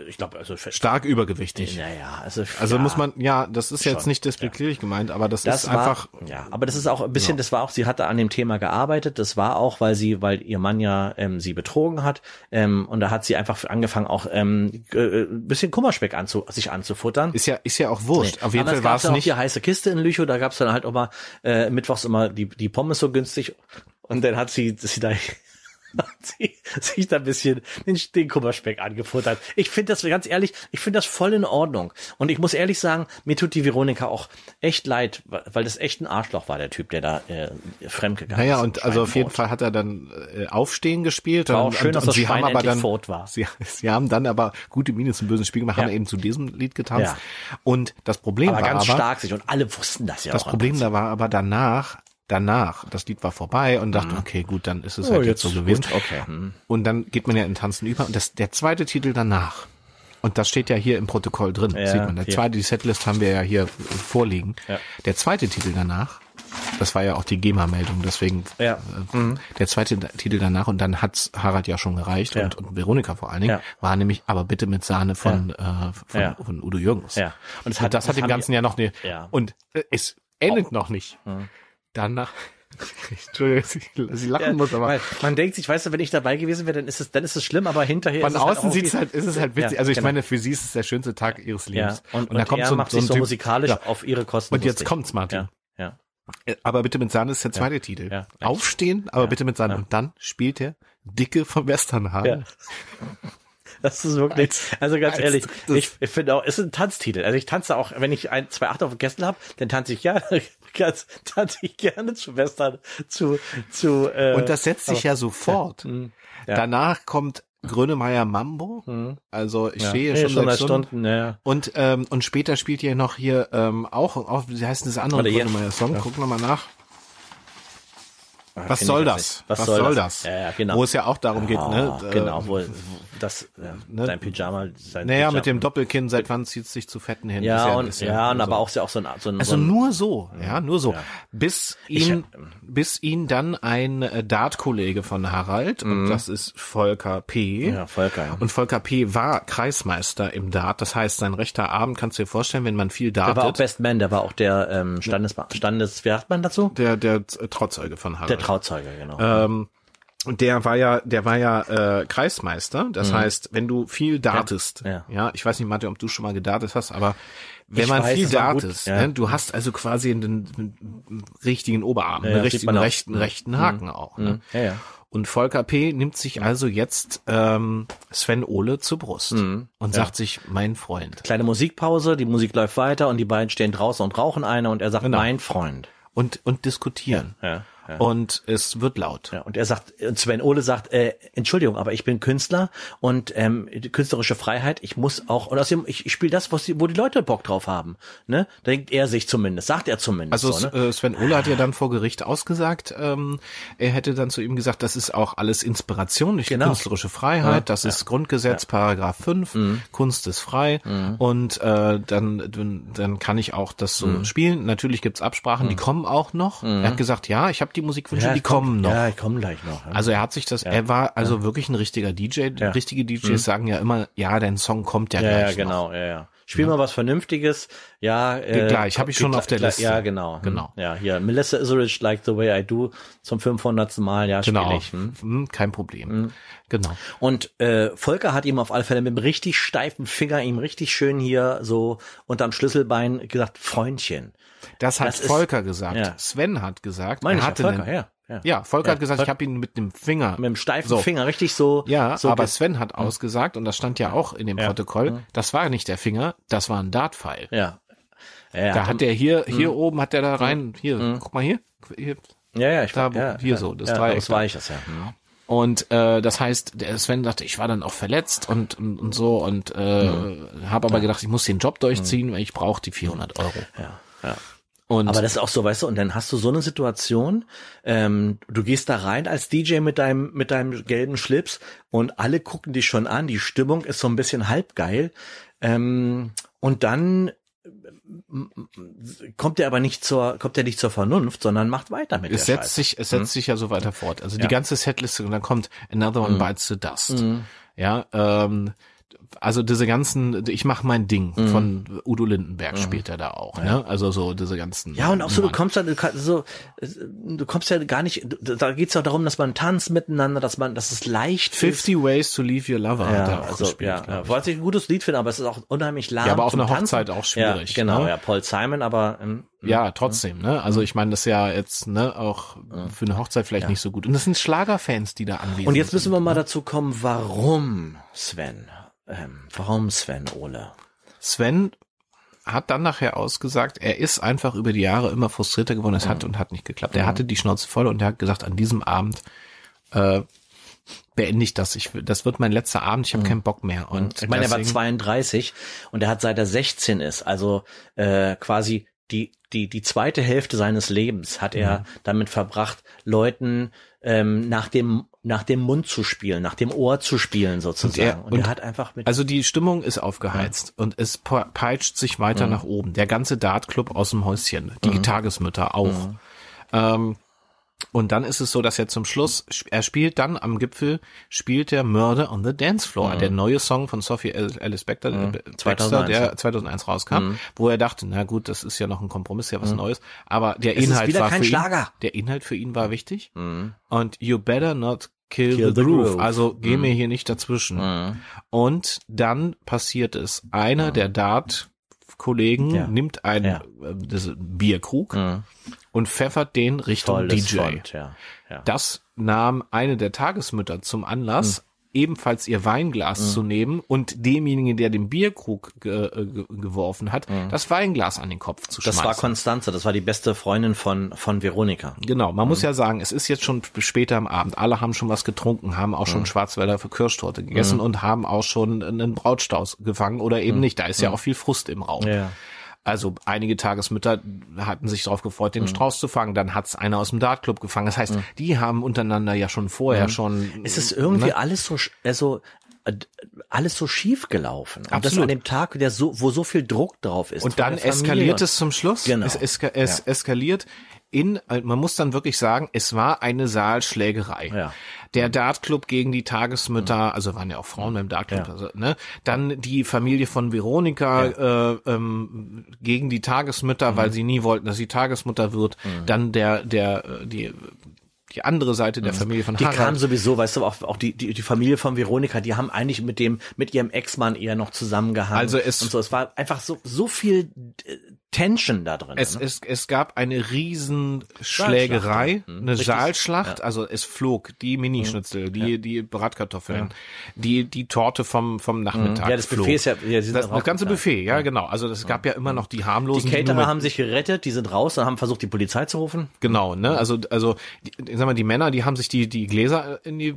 [SPEAKER 2] ich glaube, also
[SPEAKER 1] Stark übergewichtig.
[SPEAKER 2] naja, also,
[SPEAKER 1] Also
[SPEAKER 2] ja,
[SPEAKER 1] muss man, ja, das ist jetzt
[SPEAKER 2] Schon,
[SPEAKER 1] nicht despektierlich gemeint, aber das,
[SPEAKER 2] das
[SPEAKER 1] ist
[SPEAKER 2] war,
[SPEAKER 1] einfach,
[SPEAKER 2] ja, aber das ist auch ein bisschen, das war auch, sie hatte an dem Thema gearbeitet, das war auch, weil sie, weil ihr Mann ja ähm, sie betrogen hat ähm, und da hat sie einfach angefangen auch ähm, äh, ein bisschen Kummerspeck anzu, sich anzufuttern.
[SPEAKER 1] ist ja, ist ja auch wurscht.
[SPEAKER 2] Nee.
[SPEAKER 1] Auf jeden
[SPEAKER 2] Aber
[SPEAKER 1] Fall
[SPEAKER 2] es
[SPEAKER 1] war
[SPEAKER 2] gab's
[SPEAKER 1] es
[SPEAKER 2] ja auch
[SPEAKER 1] nicht.
[SPEAKER 2] die heiße Kiste in Lüchow, da gab's dann halt auch mal äh, mittwochs immer die, die Pommes so günstig und dann hat sie, sie da hat sie sich da ein bisschen den, den Kummerspeck angefuttert. Ich finde das ganz ehrlich, ich finde das voll in Ordnung. Und ich muss ehrlich sagen, mir tut die Veronika auch echt leid, weil das echt ein Arschloch war, der Typ, der da äh, fremdgegangen
[SPEAKER 1] Naja,
[SPEAKER 2] ist.
[SPEAKER 1] und also auf jeden Fall hat er dann äh, Aufstehen gespielt. War
[SPEAKER 2] auch
[SPEAKER 1] und,
[SPEAKER 2] schön,
[SPEAKER 1] und,
[SPEAKER 2] dass
[SPEAKER 1] und
[SPEAKER 2] das
[SPEAKER 1] sie
[SPEAKER 2] Schwein
[SPEAKER 1] haben aber
[SPEAKER 2] endlich
[SPEAKER 1] dann,
[SPEAKER 2] fort war.
[SPEAKER 1] Sie, sie haben dann aber gute Miene zum bösen Spiel gemacht, haben
[SPEAKER 2] Ja.
[SPEAKER 1] eben zu diesem Lied getanzt.
[SPEAKER 2] Ja.
[SPEAKER 1] Und das Problem
[SPEAKER 2] Aber
[SPEAKER 1] war
[SPEAKER 2] ganz
[SPEAKER 1] aber,
[SPEAKER 2] stark sich und alle wussten das ja
[SPEAKER 1] das
[SPEAKER 2] auch.
[SPEAKER 1] Problem da war aber danach, danach, das Lied war vorbei und dachte, okay, gut, dann ist es halt jetzt,
[SPEAKER 2] Mhm. Oh, jetzt
[SPEAKER 1] so gewesen.
[SPEAKER 2] gut, okay. Hm.
[SPEAKER 1] Und dann geht man ja in Tanzen über und das, der zweite Titel danach. Und das steht ja hier im Protokoll drin, sieht man. Der
[SPEAKER 2] hier.
[SPEAKER 1] zweite, die Setlist haben wir ja hier vorliegen. Der zweite Titel danach Das war ja auch die GEMA-Meldung, deswegen
[SPEAKER 2] Ja. Mhm.
[SPEAKER 1] äh, der zweite Titel danach und dann hat's Harald ja schon gereicht
[SPEAKER 2] Ja.
[SPEAKER 1] und, und Veronika vor allen Dingen,
[SPEAKER 2] Ja.
[SPEAKER 1] war nämlich aber bitte mit Sahne von, äh, von,
[SPEAKER 2] Ja.
[SPEAKER 1] von Udo Jürgens.
[SPEAKER 2] Ja.
[SPEAKER 1] Und das hat, das hat dem
[SPEAKER 2] haben
[SPEAKER 1] Ganzen ja noch eine.
[SPEAKER 2] Ja. Hm.
[SPEAKER 1] Und äh, es endet noch nicht. Danach. Entschuldigung, dass ich, dass ich lachen
[SPEAKER 2] Ja,
[SPEAKER 1] muss, aber
[SPEAKER 2] Äh, weil man denkt sich, weißt du, wenn ich dabei gewesen wäre, dann ist es, dann ist es schlimm, aber hinterher
[SPEAKER 1] von
[SPEAKER 2] ist es
[SPEAKER 1] außen
[SPEAKER 2] auch
[SPEAKER 1] sieht's
[SPEAKER 2] wie-
[SPEAKER 1] halt, ist es halt witzig.
[SPEAKER 2] Ja,
[SPEAKER 1] also ich
[SPEAKER 2] genau.
[SPEAKER 1] meine, für sie ist es der schönste Tag ihres
[SPEAKER 2] ja.
[SPEAKER 1] Lebens.
[SPEAKER 2] Und, und, da kommt er so, macht sich so
[SPEAKER 1] Typ-
[SPEAKER 2] musikalisch
[SPEAKER 1] Ja.
[SPEAKER 2] auf ihre Kosten.
[SPEAKER 1] Und jetzt
[SPEAKER 2] lustig.
[SPEAKER 1] kommt's, Martin.
[SPEAKER 2] Ja. Ja.
[SPEAKER 1] Äh, Aber bitte mit Sahne ist der zweite Titel.
[SPEAKER 2] Ja.
[SPEAKER 1] Aufstehen, aber bitte mit Sahne.
[SPEAKER 2] Ja.
[SPEAKER 1] Und dann spielt er Dicke vom Westernhagen.
[SPEAKER 2] Ja. Das ist wirklich,
[SPEAKER 1] Als-
[SPEAKER 2] also ganz
[SPEAKER 1] als
[SPEAKER 2] ehrlich,
[SPEAKER 1] drittes.
[SPEAKER 2] ich, ich finde auch, es ist ein Tanztitel. Also ich tanze auch, wenn ich ein, zwei Achter auf dem Kessel habe, dann tanze ich gerne, ganz, tanze ich gerne zu Western, zu, zu, äh,
[SPEAKER 1] Und das setzt sich ja sofort.
[SPEAKER 2] ja.
[SPEAKER 1] Danach kommt Grönemeyer Mambo.
[SPEAKER 2] Hm.
[SPEAKER 1] Also ich stehe schon seit
[SPEAKER 2] seit
[SPEAKER 1] Stunden.
[SPEAKER 2] Stunden, ja, ja.
[SPEAKER 1] Und, ähm, und später spielt ihr noch hier ähm, auch, auch, wie heißt denn das andere
[SPEAKER 2] Warte, hier.
[SPEAKER 1] Grönemeyer-Song? Gucken wir mal nach.
[SPEAKER 2] Ah,
[SPEAKER 1] Was
[SPEAKER 2] kenn ich
[SPEAKER 1] soll
[SPEAKER 2] jetzt
[SPEAKER 1] das?
[SPEAKER 2] nicht. Was, soll, das? genau.
[SPEAKER 1] das? Wo es ja auch darum geht, ne?
[SPEAKER 2] Ah,
[SPEAKER 1] äh, ne?
[SPEAKER 2] Genau, wo, wo das, ja, sein Pyjama, sein
[SPEAKER 1] Naja,
[SPEAKER 2] Pyjama.
[SPEAKER 1] mit dem Doppelkinn, seit wann zieht es sich zu Fetten hin? Ist
[SPEAKER 2] um Ja,
[SPEAKER 1] ein
[SPEAKER 2] und,
[SPEAKER 1] bisschen-
[SPEAKER 2] ja, und
[SPEAKER 1] also-
[SPEAKER 2] aber auch so, auch so ein, so ein,
[SPEAKER 1] Also
[SPEAKER 2] so ein
[SPEAKER 1] nur so, ja, nur so.
[SPEAKER 2] Ja.
[SPEAKER 1] Bis ihn, bis ihn dann ein äh, Dart-Kollege von Harald, und das ist Volker P.
[SPEAKER 2] Mhm. Ja, Volker, ja.
[SPEAKER 1] Und Volker P. war Kreismeister im Dart. Das heißt, sein rechter Arm kannst du dir vorstellen, wenn man viel
[SPEAKER 2] der war auch
[SPEAKER 1] dartet.
[SPEAKER 2] Best Man, der war auch der, ähm, Standes, Standes, wie sagt man dazu?
[SPEAKER 1] Der, der, äh, Trauzeuge von Harald.
[SPEAKER 2] Der Trauzeuge, genau.
[SPEAKER 1] Äh. Und der war ja, der war ja äh, Kreismeister. Das heißt, wenn du viel dartest, ja,
[SPEAKER 2] Mhm. Ja.
[SPEAKER 1] ich weiß nicht, Martin, ob du schon mal gedartet hast, aber wenn
[SPEAKER 2] Ich
[SPEAKER 1] man
[SPEAKER 2] weiß,
[SPEAKER 1] viel
[SPEAKER 2] es war gut,
[SPEAKER 1] dartest,
[SPEAKER 2] ja.
[SPEAKER 1] ne, du hast also quasi einen, einen richtigen Oberarm, einen
[SPEAKER 2] ja, sieht
[SPEAKER 1] richtigen
[SPEAKER 2] man auch. Mhm.
[SPEAKER 1] rechten, rechten Haken auch. Ne?
[SPEAKER 2] Ja, ja.
[SPEAKER 1] Und Volker P. nimmt sich also jetzt ähm, Sven Ole zur Brust
[SPEAKER 2] Mhm.
[SPEAKER 1] und sagt sich, mein Freund.
[SPEAKER 2] Kleine Musikpause, die Musik läuft weiter und die beiden stehen draußen und rauchen eine und er sagt,
[SPEAKER 1] Genau.
[SPEAKER 2] mein Freund.
[SPEAKER 1] Und, und diskutieren.
[SPEAKER 2] Ja, ja.
[SPEAKER 1] Und es wird laut.
[SPEAKER 2] Ja, und er sagt, und Sven Ole sagt, äh, Entschuldigung, aber ich bin Künstler und ähm, die künstlerische Freiheit, ich muss auch, und außerdem, ich, ich spiele das, was die, wo die Leute Bock drauf haben. Ne? Denkt er sich zumindest, sagt er zumindest.
[SPEAKER 1] Also
[SPEAKER 2] so, ne?
[SPEAKER 1] äh, Sven Ohle hat ja dann vor Gericht ausgesagt, ähm, er hätte dann zu ihm gesagt, das ist auch alles Inspiration durch die
[SPEAKER 2] Genau.
[SPEAKER 1] künstlerische Freiheit, das ist Grundgesetz, Paragraph 5,
[SPEAKER 2] Mhm.
[SPEAKER 1] Kunst ist frei und äh, dann, dann- dann kann ich auch das so
[SPEAKER 2] Mhm.
[SPEAKER 1] spielen. Natürlich gibt's Absprachen, die kommen auch noch. Er hat gesagt, ja, ich habe die Musikwünsche, äh, die kommen noch.
[SPEAKER 2] Ja, die kommen gleich noch. Ja. Mhm.
[SPEAKER 1] Also er hat sich das, er war also wirklich ein richtiger DJ. Richtige DJs sagen ja immer, ja, dein Song kommt ja,
[SPEAKER 2] ja, ja,
[SPEAKER 1] gleich noch. Ne?
[SPEAKER 2] genau, ja, ja. Spiel mal was Vernünftiges. Ja, äh,
[SPEAKER 1] gleich, hab ich
[SPEAKER 2] geht
[SPEAKER 1] schon
[SPEAKER 2] gleich-
[SPEAKER 1] auf der
[SPEAKER 2] gleich-
[SPEAKER 1] Liste.
[SPEAKER 2] Ja, genau. hm.
[SPEAKER 1] Genau.
[SPEAKER 2] Ja, hier, Melissa Etheridge, Like the Way I Do, zum 500. Mal, ja, spiele
[SPEAKER 1] Genau,
[SPEAKER 2] ich. Hm?
[SPEAKER 1] Hm, kein Problem. Genau.
[SPEAKER 2] Und äh, Volker hat ihm auf alle Fälle mit einem richtig steifen Finger, ihm richtig schön hier so unterm Schlüsselbein gesagt, Freundchen.
[SPEAKER 1] Das hat
[SPEAKER 2] Das ist-
[SPEAKER 1] Volker gesagt.
[SPEAKER 2] ja.
[SPEAKER 1] Sven hat gesagt,
[SPEAKER 2] Meine
[SPEAKER 1] er
[SPEAKER 2] ich, ja,
[SPEAKER 1] hatte
[SPEAKER 2] Volker,
[SPEAKER 1] einen,
[SPEAKER 2] ja, ja.
[SPEAKER 1] ja, Volker hat
[SPEAKER 2] Ja,
[SPEAKER 1] gesagt, ich habe ihn mit dem Finger.
[SPEAKER 2] Mit einem steifen
[SPEAKER 1] So.
[SPEAKER 2] Finger, richtig so.
[SPEAKER 1] Ja,
[SPEAKER 2] so Hm.
[SPEAKER 1] aber
[SPEAKER 2] ge-
[SPEAKER 1] Sven hat ausgesagt, und das stand ja auch in dem Protokoll, das war nicht der Finger, das war ein Dartpfeil.
[SPEAKER 2] Hm. ja. Hm. Ja,
[SPEAKER 1] Da hat er hier, hier oben hat er da rein, hier,
[SPEAKER 2] Hm.
[SPEAKER 1] guck mal hier. hier.
[SPEAKER 2] ja, ja, ich
[SPEAKER 1] da, wo-
[SPEAKER 2] ja,
[SPEAKER 1] hier
[SPEAKER 2] ja,
[SPEAKER 1] so, das
[SPEAKER 2] ja,
[SPEAKER 1] Dreieck
[SPEAKER 2] Das
[SPEAKER 1] da.
[SPEAKER 2] war ich das, ja. Hm.
[SPEAKER 1] Und äh, das heißt, der Sven sagte, ich war dann auch verletzt und, und, und so und äh,
[SPEAKER 2] Hm.
[SPEAKER 1] habe aber gedacht, ich muss den Job durchziehen, weil ich brauche die 400 Euro.
[SPEAKER 2] ja, ja.
[SPEAKER 1] Und
[SPEAKER 2] Aber das ist auch so, weißt du, und dann hast du so eine Situation, ähm, du gehst da rein als DJ mit deinem, mit deinem gelben Schlips und alle gucken dich schon an, die Stimmung ist so ein bisschen halbgeil. Ähm, und dann ähm, kommt er aber nicht zur, kommt er nicht zur Vernunft, sondern macht weiter mit
[SPEAKER 1] es
[SPEAKER 2] der
[SPEAKER 1] setzt
[SPEAKER 2] Scheiße. Hm.
[SPEAKER 1] sich, es setzt sich ja so weiter fort. Also die ganze Setliste und dann kommt Another
[SPEAKER 2] Hm.
[SPEAKER 1] One Bites the Dust. Ja, ähm, also diese ganzen, ich mache mein Ding
[SPEAKER 2] Hm.
[SPEAKER 1] von Udo Lindenberg spielt er da auch. Ne? Also so diese ganzen.
[SPEAKER 2] Ja, und auch so, du
[SPEAKER 1] Nummern.
[SPEAKER 2] kommst dann, du kannst so, äh, du kommst ja gar nicht, da geht's ja darum, dass man tanzt miteinander, dass man, dass es leicht ist.
[SPEAKER 1] 50 Ways to Leave Your Lover hat
[SPEAKER 2] Ja,
[SPEAKER 1] er auch
[SPEAKER 2] also,
[SPEAKER 1] gespielt.
[SPEAKER 2] ja,
[SPEAKER 1] glaub
[SPEAKER 2] ja.
[SPEAKER 1] ich.
[SPEAKER 2] Wollte ich ein gutes Lied finden, aber es ist auch unheimlich lahm.
[SPEAKER 1] Ja, aber auf
[SPEAKER 2] zum
[SPEAKER 1] einer
[SPEAKER 2] Tanzen.
[SPEAKER 1] Hochzeit auch schwierig,
[SPEAKER 2] Ja, genau,
[SPEAKER 1] ne?
[SPEAKER 2] ja, Hm. Paul Simon, aber ähm,
[SPEAKER 1] Ja, trotzdem, ne? Also ich meine, das ist ja jetzt, ne, auch für eine Hochzeit vielleicht nicht so gut. Und das sind Schlagerfans, die da anwesend
[SPEAKER 2] Hm. und jetzt müssen wir mal dazu kommen, warum Sven? Ähm, warum Sven Ole?
[SPEAKER 1] Sven hat dann nachher ausgesagt, er ist einfach über die Jahre immer frustrierter geworden. Es hat und hat nicht geklappt. Er hatte die Schnauze voll und er hat gesagt, an diesem Abend äh, beende ich das. Ich, will- das wird mein letzter Abend. Ich habe keinen Bock mehr. Mhm. Und
[SPEAKER 2] Ich meine, er war
[SPEAKER 1] deswegen-
[SPEAKER 2] 32 und er hat seit er 16 ist, also äh, quasi die, die, die zweite Hälfte seines Lebens hat er damit verbracht, Leuten ähm, nach, dem, nach dem Mund zu spielen, nach dem Ohr zu spielen sozusagen.
[SPEAKER 1] Und er-
[SPEAKER 2] Und er,
[SPEAKER 1] und-
[SPEAKER 2] hat einfach mit
[SPEAKER 1] Also die Stimmung ist aufgeheizt und es pe- peitscht sich weiter nach oben. Der ganze Dart-Club aus dem Häuschen, die Tagesmütter auch. Ähm, und dann ist es so, dass er zum Schluss, er spielt dann am Gipfel, spielt der Murder on the Dance Floor, der neue Song von Sophie Al- Alice Baxter, Baxter
[SPEAKER 2] 2001,
[SPEAKER 1] der 2001 rauskam,
[SPEAKER 2] Mhm.
[SPEAKER 1] wo er dachte, na gut, das ist ja noch ein Kompromiss, ja was Neues, aber der
[SPEAKER 2] ist
[SPEAKER 1] Inhalt
[SPEAKER 2] wieder
[SPEAKER 1] war
[SPEAKER 2] kein
[SPEAKER 1] für ihn,
[SPEAKER 2] Schlager.
[SPEAKER 1] der Inhalt für ihn war wichtig
[SPEAKER 2] Mhm,
[SPEAKER 1] und You Better Not Kill,
[SPEAKER 2] Kill
[SPEAKER 1] the,
[SPEAKER 2] the
[SPEAKER 1] groove.
[SPEAKER 2] Groove. Mhm.
[SPEAKER 1] also geh mir hier nicht dazwischen. Und dann passiert es, einer der Dart-Kollegen
[SPEAKER 2] Mhm. Ja.
[SPEAKER 1] nimmt einen
[SPEAKER 2] Ja. Mhm.
[SPEAKER 1] äh, das Bierkrug und pfeffert den Richtung
[SPEAKER 2] Voll
[SPEAKER 1] DJ.
[SPEAKER 2] ja. ja.
[SPEAKER 1] Das nahm eine der Tagesmütter zum Anlass,
[SPEAKER 2] Mhm.
[SPEAKER 1] ebenfalls ihr Weinglas zu nehmen und demjenigen, der den Bierkrug ge äh, ge geworfen hat, das Weinglas an den Kopf zu
[SPEAKER 2] Mhm. Das
[SPEAKER 1] schmeißen.
[SPEAKER 2] war Konstanze, das war die beste Freundin von, von Veronika.
[SPEAKER 1] Genau, man muss ja sagen, es ist jetzt schon p- später am Abend. Alle haben schon was getrunken, haben auch schon Schwarzwälder für Kirschtorte gegessen und haben auch schon einen Brautstaus gefangen oder eben nicht. Da ist ja auch viel Frust im Raum.
[SPEAKER 2] Ja.
[SPEAKER 1] Also einige Tagesmütter hatten sich darauf gefreut, den Strauß zu fangen. Dann hat's einer aus dem Dartclub gefangen. Das heißt, die haben untereinander ja schon vorher schon.
[SPEAKER 2] Es ist irgendwie
[SPEAKER 1] ne?
[SPEAKER 2] alles so, sch- also äh, alles so schief gelaufen. Und das
[SPEAKER 1] Absolut.
[SPEAKER 2] an dem Tag, der so, wo so viel Druck drauf ist.
[SPEAKER 1] Und
[SPEAKER 2] von
[SPEAKER 1] dann
[SPEAKER 2] der Familie
[SPEAKER 1] eskaliert
[SPEAKER 2] und-
[SPEAKER 1] es zum Schluss.
[SPEAKER 2] Genau.
[SPEAKER 1] Es, eska es
[SPEAKER 2] Ja.
[SPEAKER 1] eskaliert in, äh, man muss dann wirklich sagen, es war eine Saalschlägerei.
[SPEAKER 2] Ja. Mhm.
[SPEAKER 1] Der Dartclub gegen die Tagesmütter, also waren ja auch Frauen beim Dartclub, also, ne? Dann die Familie von Veronika äh, ähm, gegen die Tagesmütter, weil
[SPEAKER 2] Mhm.
[SPEAKER 1] sie nie wollten, dass sie Tagesmutter wird. Dann der, der, äh, die, die andere Seite der Familie von
[SPEAKER 2] Mhm. Die
[SPEAKER 1] Harald.
[SPEAKER 2] kamen sowieso, weißt du, auch, auch die, die, die Familie von Veronika, die haben eigentlich mit dem, mit ihrem Ex-Mann eher noch zusammengehangen.
[SPEAKER 1] Also es-
[SPEAKER 2] und so, es war einfach so, so viel äh, Tension da drin.
[SPEAKER 1] Es,
[SPEAKER 2] ne?
[SPEAKER 1] es, es gab eine riesen Schlägerei,
[SPEAKER 2] ne?
[SPEAKER 1] eine Saalschlacht, also es flog die Minischnitzel, die, die Bratkartoffeln, die, die Torte vom, vom Nachmittag.
[SPEAKER 2] Mhm. Ja, das
[SPEAKER 1] flog.
[SPEAKER 2] Buffet ist ja- ja, die sind
[SPEAKER 1] das,
[SPEAKER 2] auch
[SPEAKER 1] das ganze
[SPEAKER 2] rausgefallen.
[SPEAKER 1] Buffet, ja, genau. Also es gab ja immer noch die harmlosen.
[SPEAKER 2] die
[SPEAKER 1] nur mit-
[SPEAKER 2] Caterer haben sich gerettet, die sind raus und haben versucht, die Polizei zu rufen.
[SPEAKER 1] Genau, ne? Also, also, die, ich sag mal, die Männer, die haben sich die, die Gläser in die,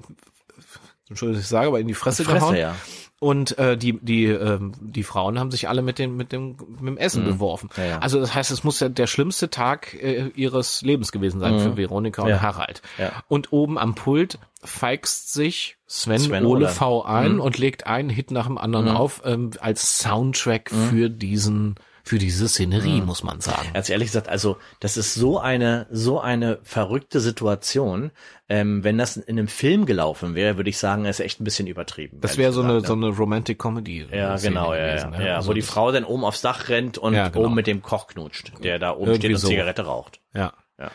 [SPEAKER 1] Entschuldigung, dass ich sage, aber in die Fresse,
[SPEAKER 2] Fresse,
[SPEAKER 1] gehauen.
[SPEAKER 2] ja.
[SPEAKER 1] Und äh, die, die, ähm, die Frauen haben sich alle mit dem, mit dem, mit dem Essen beworfen.
[SPEAKER 2] Mhm. Ja, ja.
[SPEAKER 1] Also das heißt, es muss ja der schlimmste Tag äh, ihres Lebens gewesen sein für Veronika und
[SPEAKER 2] Mhm. Ja.
[SPEAKER 1] Harald.
[SPEAKER 2] Ja.
[SPEAKER 1] Und oben am Pult feixt sich Sven,
[SPEAKER 2] Sven
[SPEAKER 1] Ole
[SPEAKER 2] Ole. Mhm.
[SPEAKER 1] V ein und legt einen Hit nach dem anderen auf ähm, als Soundtrack
[SPEAKER 2] Mhm.
[SPEAKER 1] für diesen, für diese Szenerie, muss man sagen.
[SPEAKER 2] Ganz ehrlich gesagt, also das ist so eine so eine verrückte Situation. Ähm, wenn das in einem Film gelaufen wäre, würde ich sagen, ist echt ein bisschen übertrieben.
[SPEAKER 1] Das
[SPEAKER 2] ehrlich
[SPEAKER 1] wäre so
[SPEAKER 2] gesagt,
[SPEAKER 1] eine,
[SPEAKER 2] ne?
[SPEAKER 1] so eine Romantic Comedy.
[SPEAKER 2] ja,
[SPEAKER 1] Szene
[SPEAKER 2] genau, ja,
[SPEAKER 1] gewesen,
[SPEAKER 2] ja,
[SPEAKER 1] ne?
[SPEAKER 2] ja.
[SPEAKER 1] Also
[SPEAKER 2] wo die Frau dann oben aufs Dach rennt und
[SPEAKER 1] Ja, genau.
[SPEAKER 2] oben mit dem Koch knutscht, der da oben
[SPEAKER 1] Irgendwie
[SPEAKER 2] steht und
[SPEAKER 1] so.
[SPEAKER 2] Zigarette raucht.
[SPEAKER 1] Ja.
[SPEAKER 2] Ja.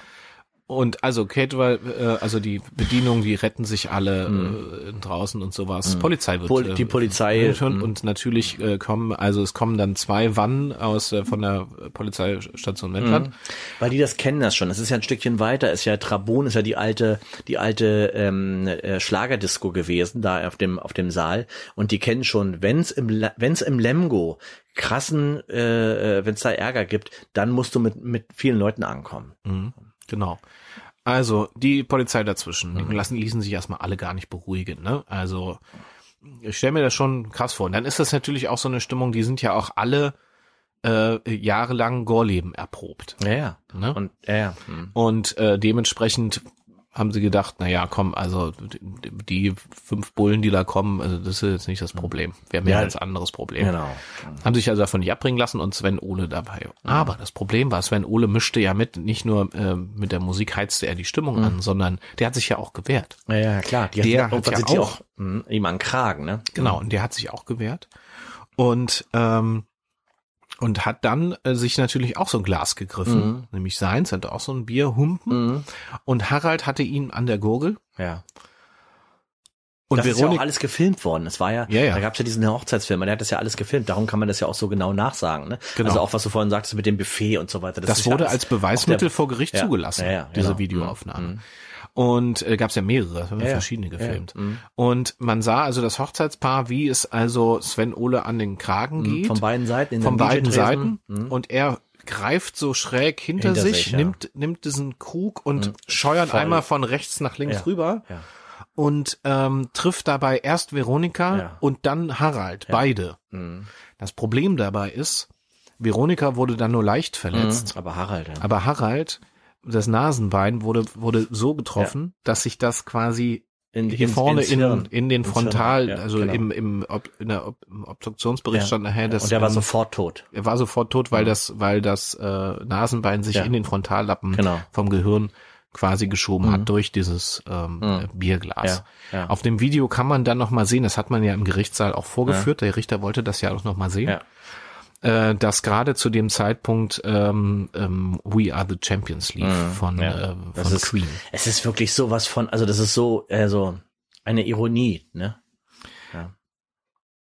[SPEAKER 1] Und also Catwell, äh, also die Bedienung, die retten sich alle äh, draußen und sowas. Polizei wird
[SPEAKER 2] Hm. Pol- die Polizei, hm.
[SPEAKER 1] äh, und, und natürlich äh, kommen, also es kommen dann zwei Wannen aus äh, von der Polizeistation Wendland.
[SPEAKER 2] Weil die das kennen das schon. Das ist ja ein Stückchen weiter. Ist ja Trabon, ist ja die alte, die alte ähm, äh, Schlagerdisco gewesen da auf dem auf dem Saal. Und die kennen schon, wenn's im La- wenn's im Lemgo krassen, äh, äh, wenn's da Ärger gibt, dann musst du mit mit vielen Leuten ankommen.
[SPEAKER 1] Genau. Also die Polizei dazwischen, die lassen, ließen sich erstmal alle gar nicht beruhigen. Ne? Also ich stelle mir das schon krass vor. Und dann ist das natürlich auch so eine Stimmung, die sind ja auch alle äh, jahrelang Gorleben erprobt.
[SPEAKER 2] Ja, ja.
[SPEAKER 1] Ne?
[SPEAKER 2] Und ja, ja. Hm.
[SPEAKER 1] Und äh, dementsprechend haben sie gedacht, na ja, komm, also die- die fünf Bullen, die da kommen, also das ist jetzt nicht das Problem. Wir haben ja,
[SPEAKER 2] Ja.
[SPEAKER 1] ein ganz anderes Problem.
[SPEAKER 2] genau.
[SPEAKER 1] Haben sich also davon nicht abbringen lassen und Sven Ole dabei. Aber das Problem war, Sven Ole mischte ja mit, nicht nur äh, mit der Musik heizte er die Stimmung
[SPEAKER 2] Mhm.
[SPEAKER 1] an, sondern der hat sich ja auch gewehrt.
[SPEAKER 2] Ja, ja, klar. Die
[SPEAKER 1] Der
[SPEAKER 2] hatten-
[SPEAKER 1] hat
[SPEAKER 2] irgendwann
[SPEAKER 1] ja
[SPEAKER 2] sind die
[SPEAKER 1] auch-
[SPEAKER 2] auch hm, ihm an den Kragen, ne?
[SPEAKER 1] Genau, und der hat sich auch gewehrt und ähm, und hat dann äh, sich natürlich auch so ein Glas gegriffen,
[SPEAKER 2] Mhm.
[SPEAKER 1] nämlich seins, hat auch so ein Bierhumpen und Harald hatte ihn an der Gurgel
[SPEAKER 2] Ja.
[SPEAKER 1] und
[SPEAKER 2] das ist ja auch
[SPEAKER 1] Veronika
[SPEAKER 2] alles gefilmt worden. Es war ja,
[SPEAKER 1] Ja, ja.
[SPEAKER 2] da gab es ja diesen Hochzeitsfilm, der hat das ja alles gefilmt. Darum kann man das ja auch so genau nachsagen. Ne?
[SPEAKER 1] Genau.
[SPEAKER 2] Also auch was du vorhin sagtest mit dem Buffet und so weiter.
[SPEAKER 1] Das,
[SPEAKER 2] ist ja
[SPEAKER 1] wurde
[SPEAKER 2] alles
[SPEAKER 1] als
[SPEAKER 2] auf der-
[SPEAKER 1] Beweismittel vor Gericht
[SPEAKER 2] Ja,
[SPEAKER 1] zugelassen,
[SPEAKER 2] ja, ja,
[SPEAKER 1] diese
[SPEAKER 2] genau.
[SPEAKER 1] Videoaufnahmen. Und äh, gab es ja mehrere, das haben ja,
[SPEAKER 2] Ja, ja.
[SPEAKER 1] verschiedene
[SPEAKER 2] Ja,
[SPEAKER 1] gefilmt.
[SPEAKER 2] mhm.
[SPEAKER 1] Und man sah also das Hochzeitspaar, wie es also Sven Ole an den Kragen geht,
[SPEAKER 2] Von Mhm, beiden Seiten. In
[SPEAKER 1] von
[SPEAKER 2] den
[SPEAKER 1] beiden
[SPEAKER 2] DJ-Tresen.
[SPEAKER 1] Seiten. Und er greift so schräg hinter,
[SPEAKER 2] Hinter
[SPEAKER 1] sich,
[SPEAKER 2] sich, ja. Mhm.
[SPEAKER 1] nimmt, nimmt diesen Krug und scheuert
[SPEAKER 2] Voll.
[SPEAKER 1] einmal von rechts nach links
[SPEAKER 2] Ja,
[SPEAKER 1] rüber
[SPEAKER 2] ja.
[SPEAKER 1] und ähm, trifft dabei erst Veronika
[SPEAKER 2] Ja.
[SPEAKER 1] und dann Harald, beide.
[SPEAKER 2] Mhm.
[SPEAKER 1] Das Problem dabei ist, Veronika wurde dann nur leicht verletzt.
[SPEAKER 2] Mhm. Aber Harald, ja.
[SPEAKER 1] Aber Harald, das Nasenbein wurde, wurde so getroffen, dass sich das quasi
[SPEAKER 2] in,
[SPEAKER 1] Hier
[SPEAKER 2] ins-
[SPEAKER 1] vorne
[SPEAKER 2] ins
[SPEAKER 1] in,
[SPEAKER 2] Hirn.
[SPEAKER 1] in den
[SPEAKER 2] Ins
[SPEAKER 1] Frontal,
[SPEAKER 2] Hirn, ja,
[SPEAKER 1] also
[SPEAKER 2] genau.
[SPEAKER 1] im, im, Ob, in der Ob, im Obduktionsbericht
[SPEAKER 2] Ja.
[SPEAKER 1] stand nachher, dass
[SPEAKER 2] Und der war
[SPEAKER 1] ähm,
[SPEAKER 2] sofort tot.
[SPEAKER 1] er war sofort tot, weil das, weil das äh, Nasenbein sich
[SPEAKER 2] Ja.
[SPEAKER 1] in den Frontallappen
[SPEAKER 2] Genau. Mhm.
[SPEAKER 1] vom Gehirn quasi geschoben hat durch dieses ähm, äh, Bierglas.
[SPEAKER 2] Ja, ja.
[SPEAKER 1] Auf dem Video kann man dann nochmal sehen, das hat man ja im Gerichtssaal auch vorgeführt, der Richter wollte das ja auch nochmal sehen,
[SPEAKER 2] Ja.
[SPEAKER 1] äh, dass gerade zu dem Zeitpunkt ähm, ähm, We Are the Champions League von,
[SPEAKER 2] Mhm. ja.
[SPEAKER 1] äh,
[SPEAKER 2] Das
[SPEAKER 1] von
[SPEAKER 2] ist-
[SPEAKER 1] Queen.
[SPEAKER 2] Es ist wirklich sowas von, also das ist so, also eine Ironie, ne?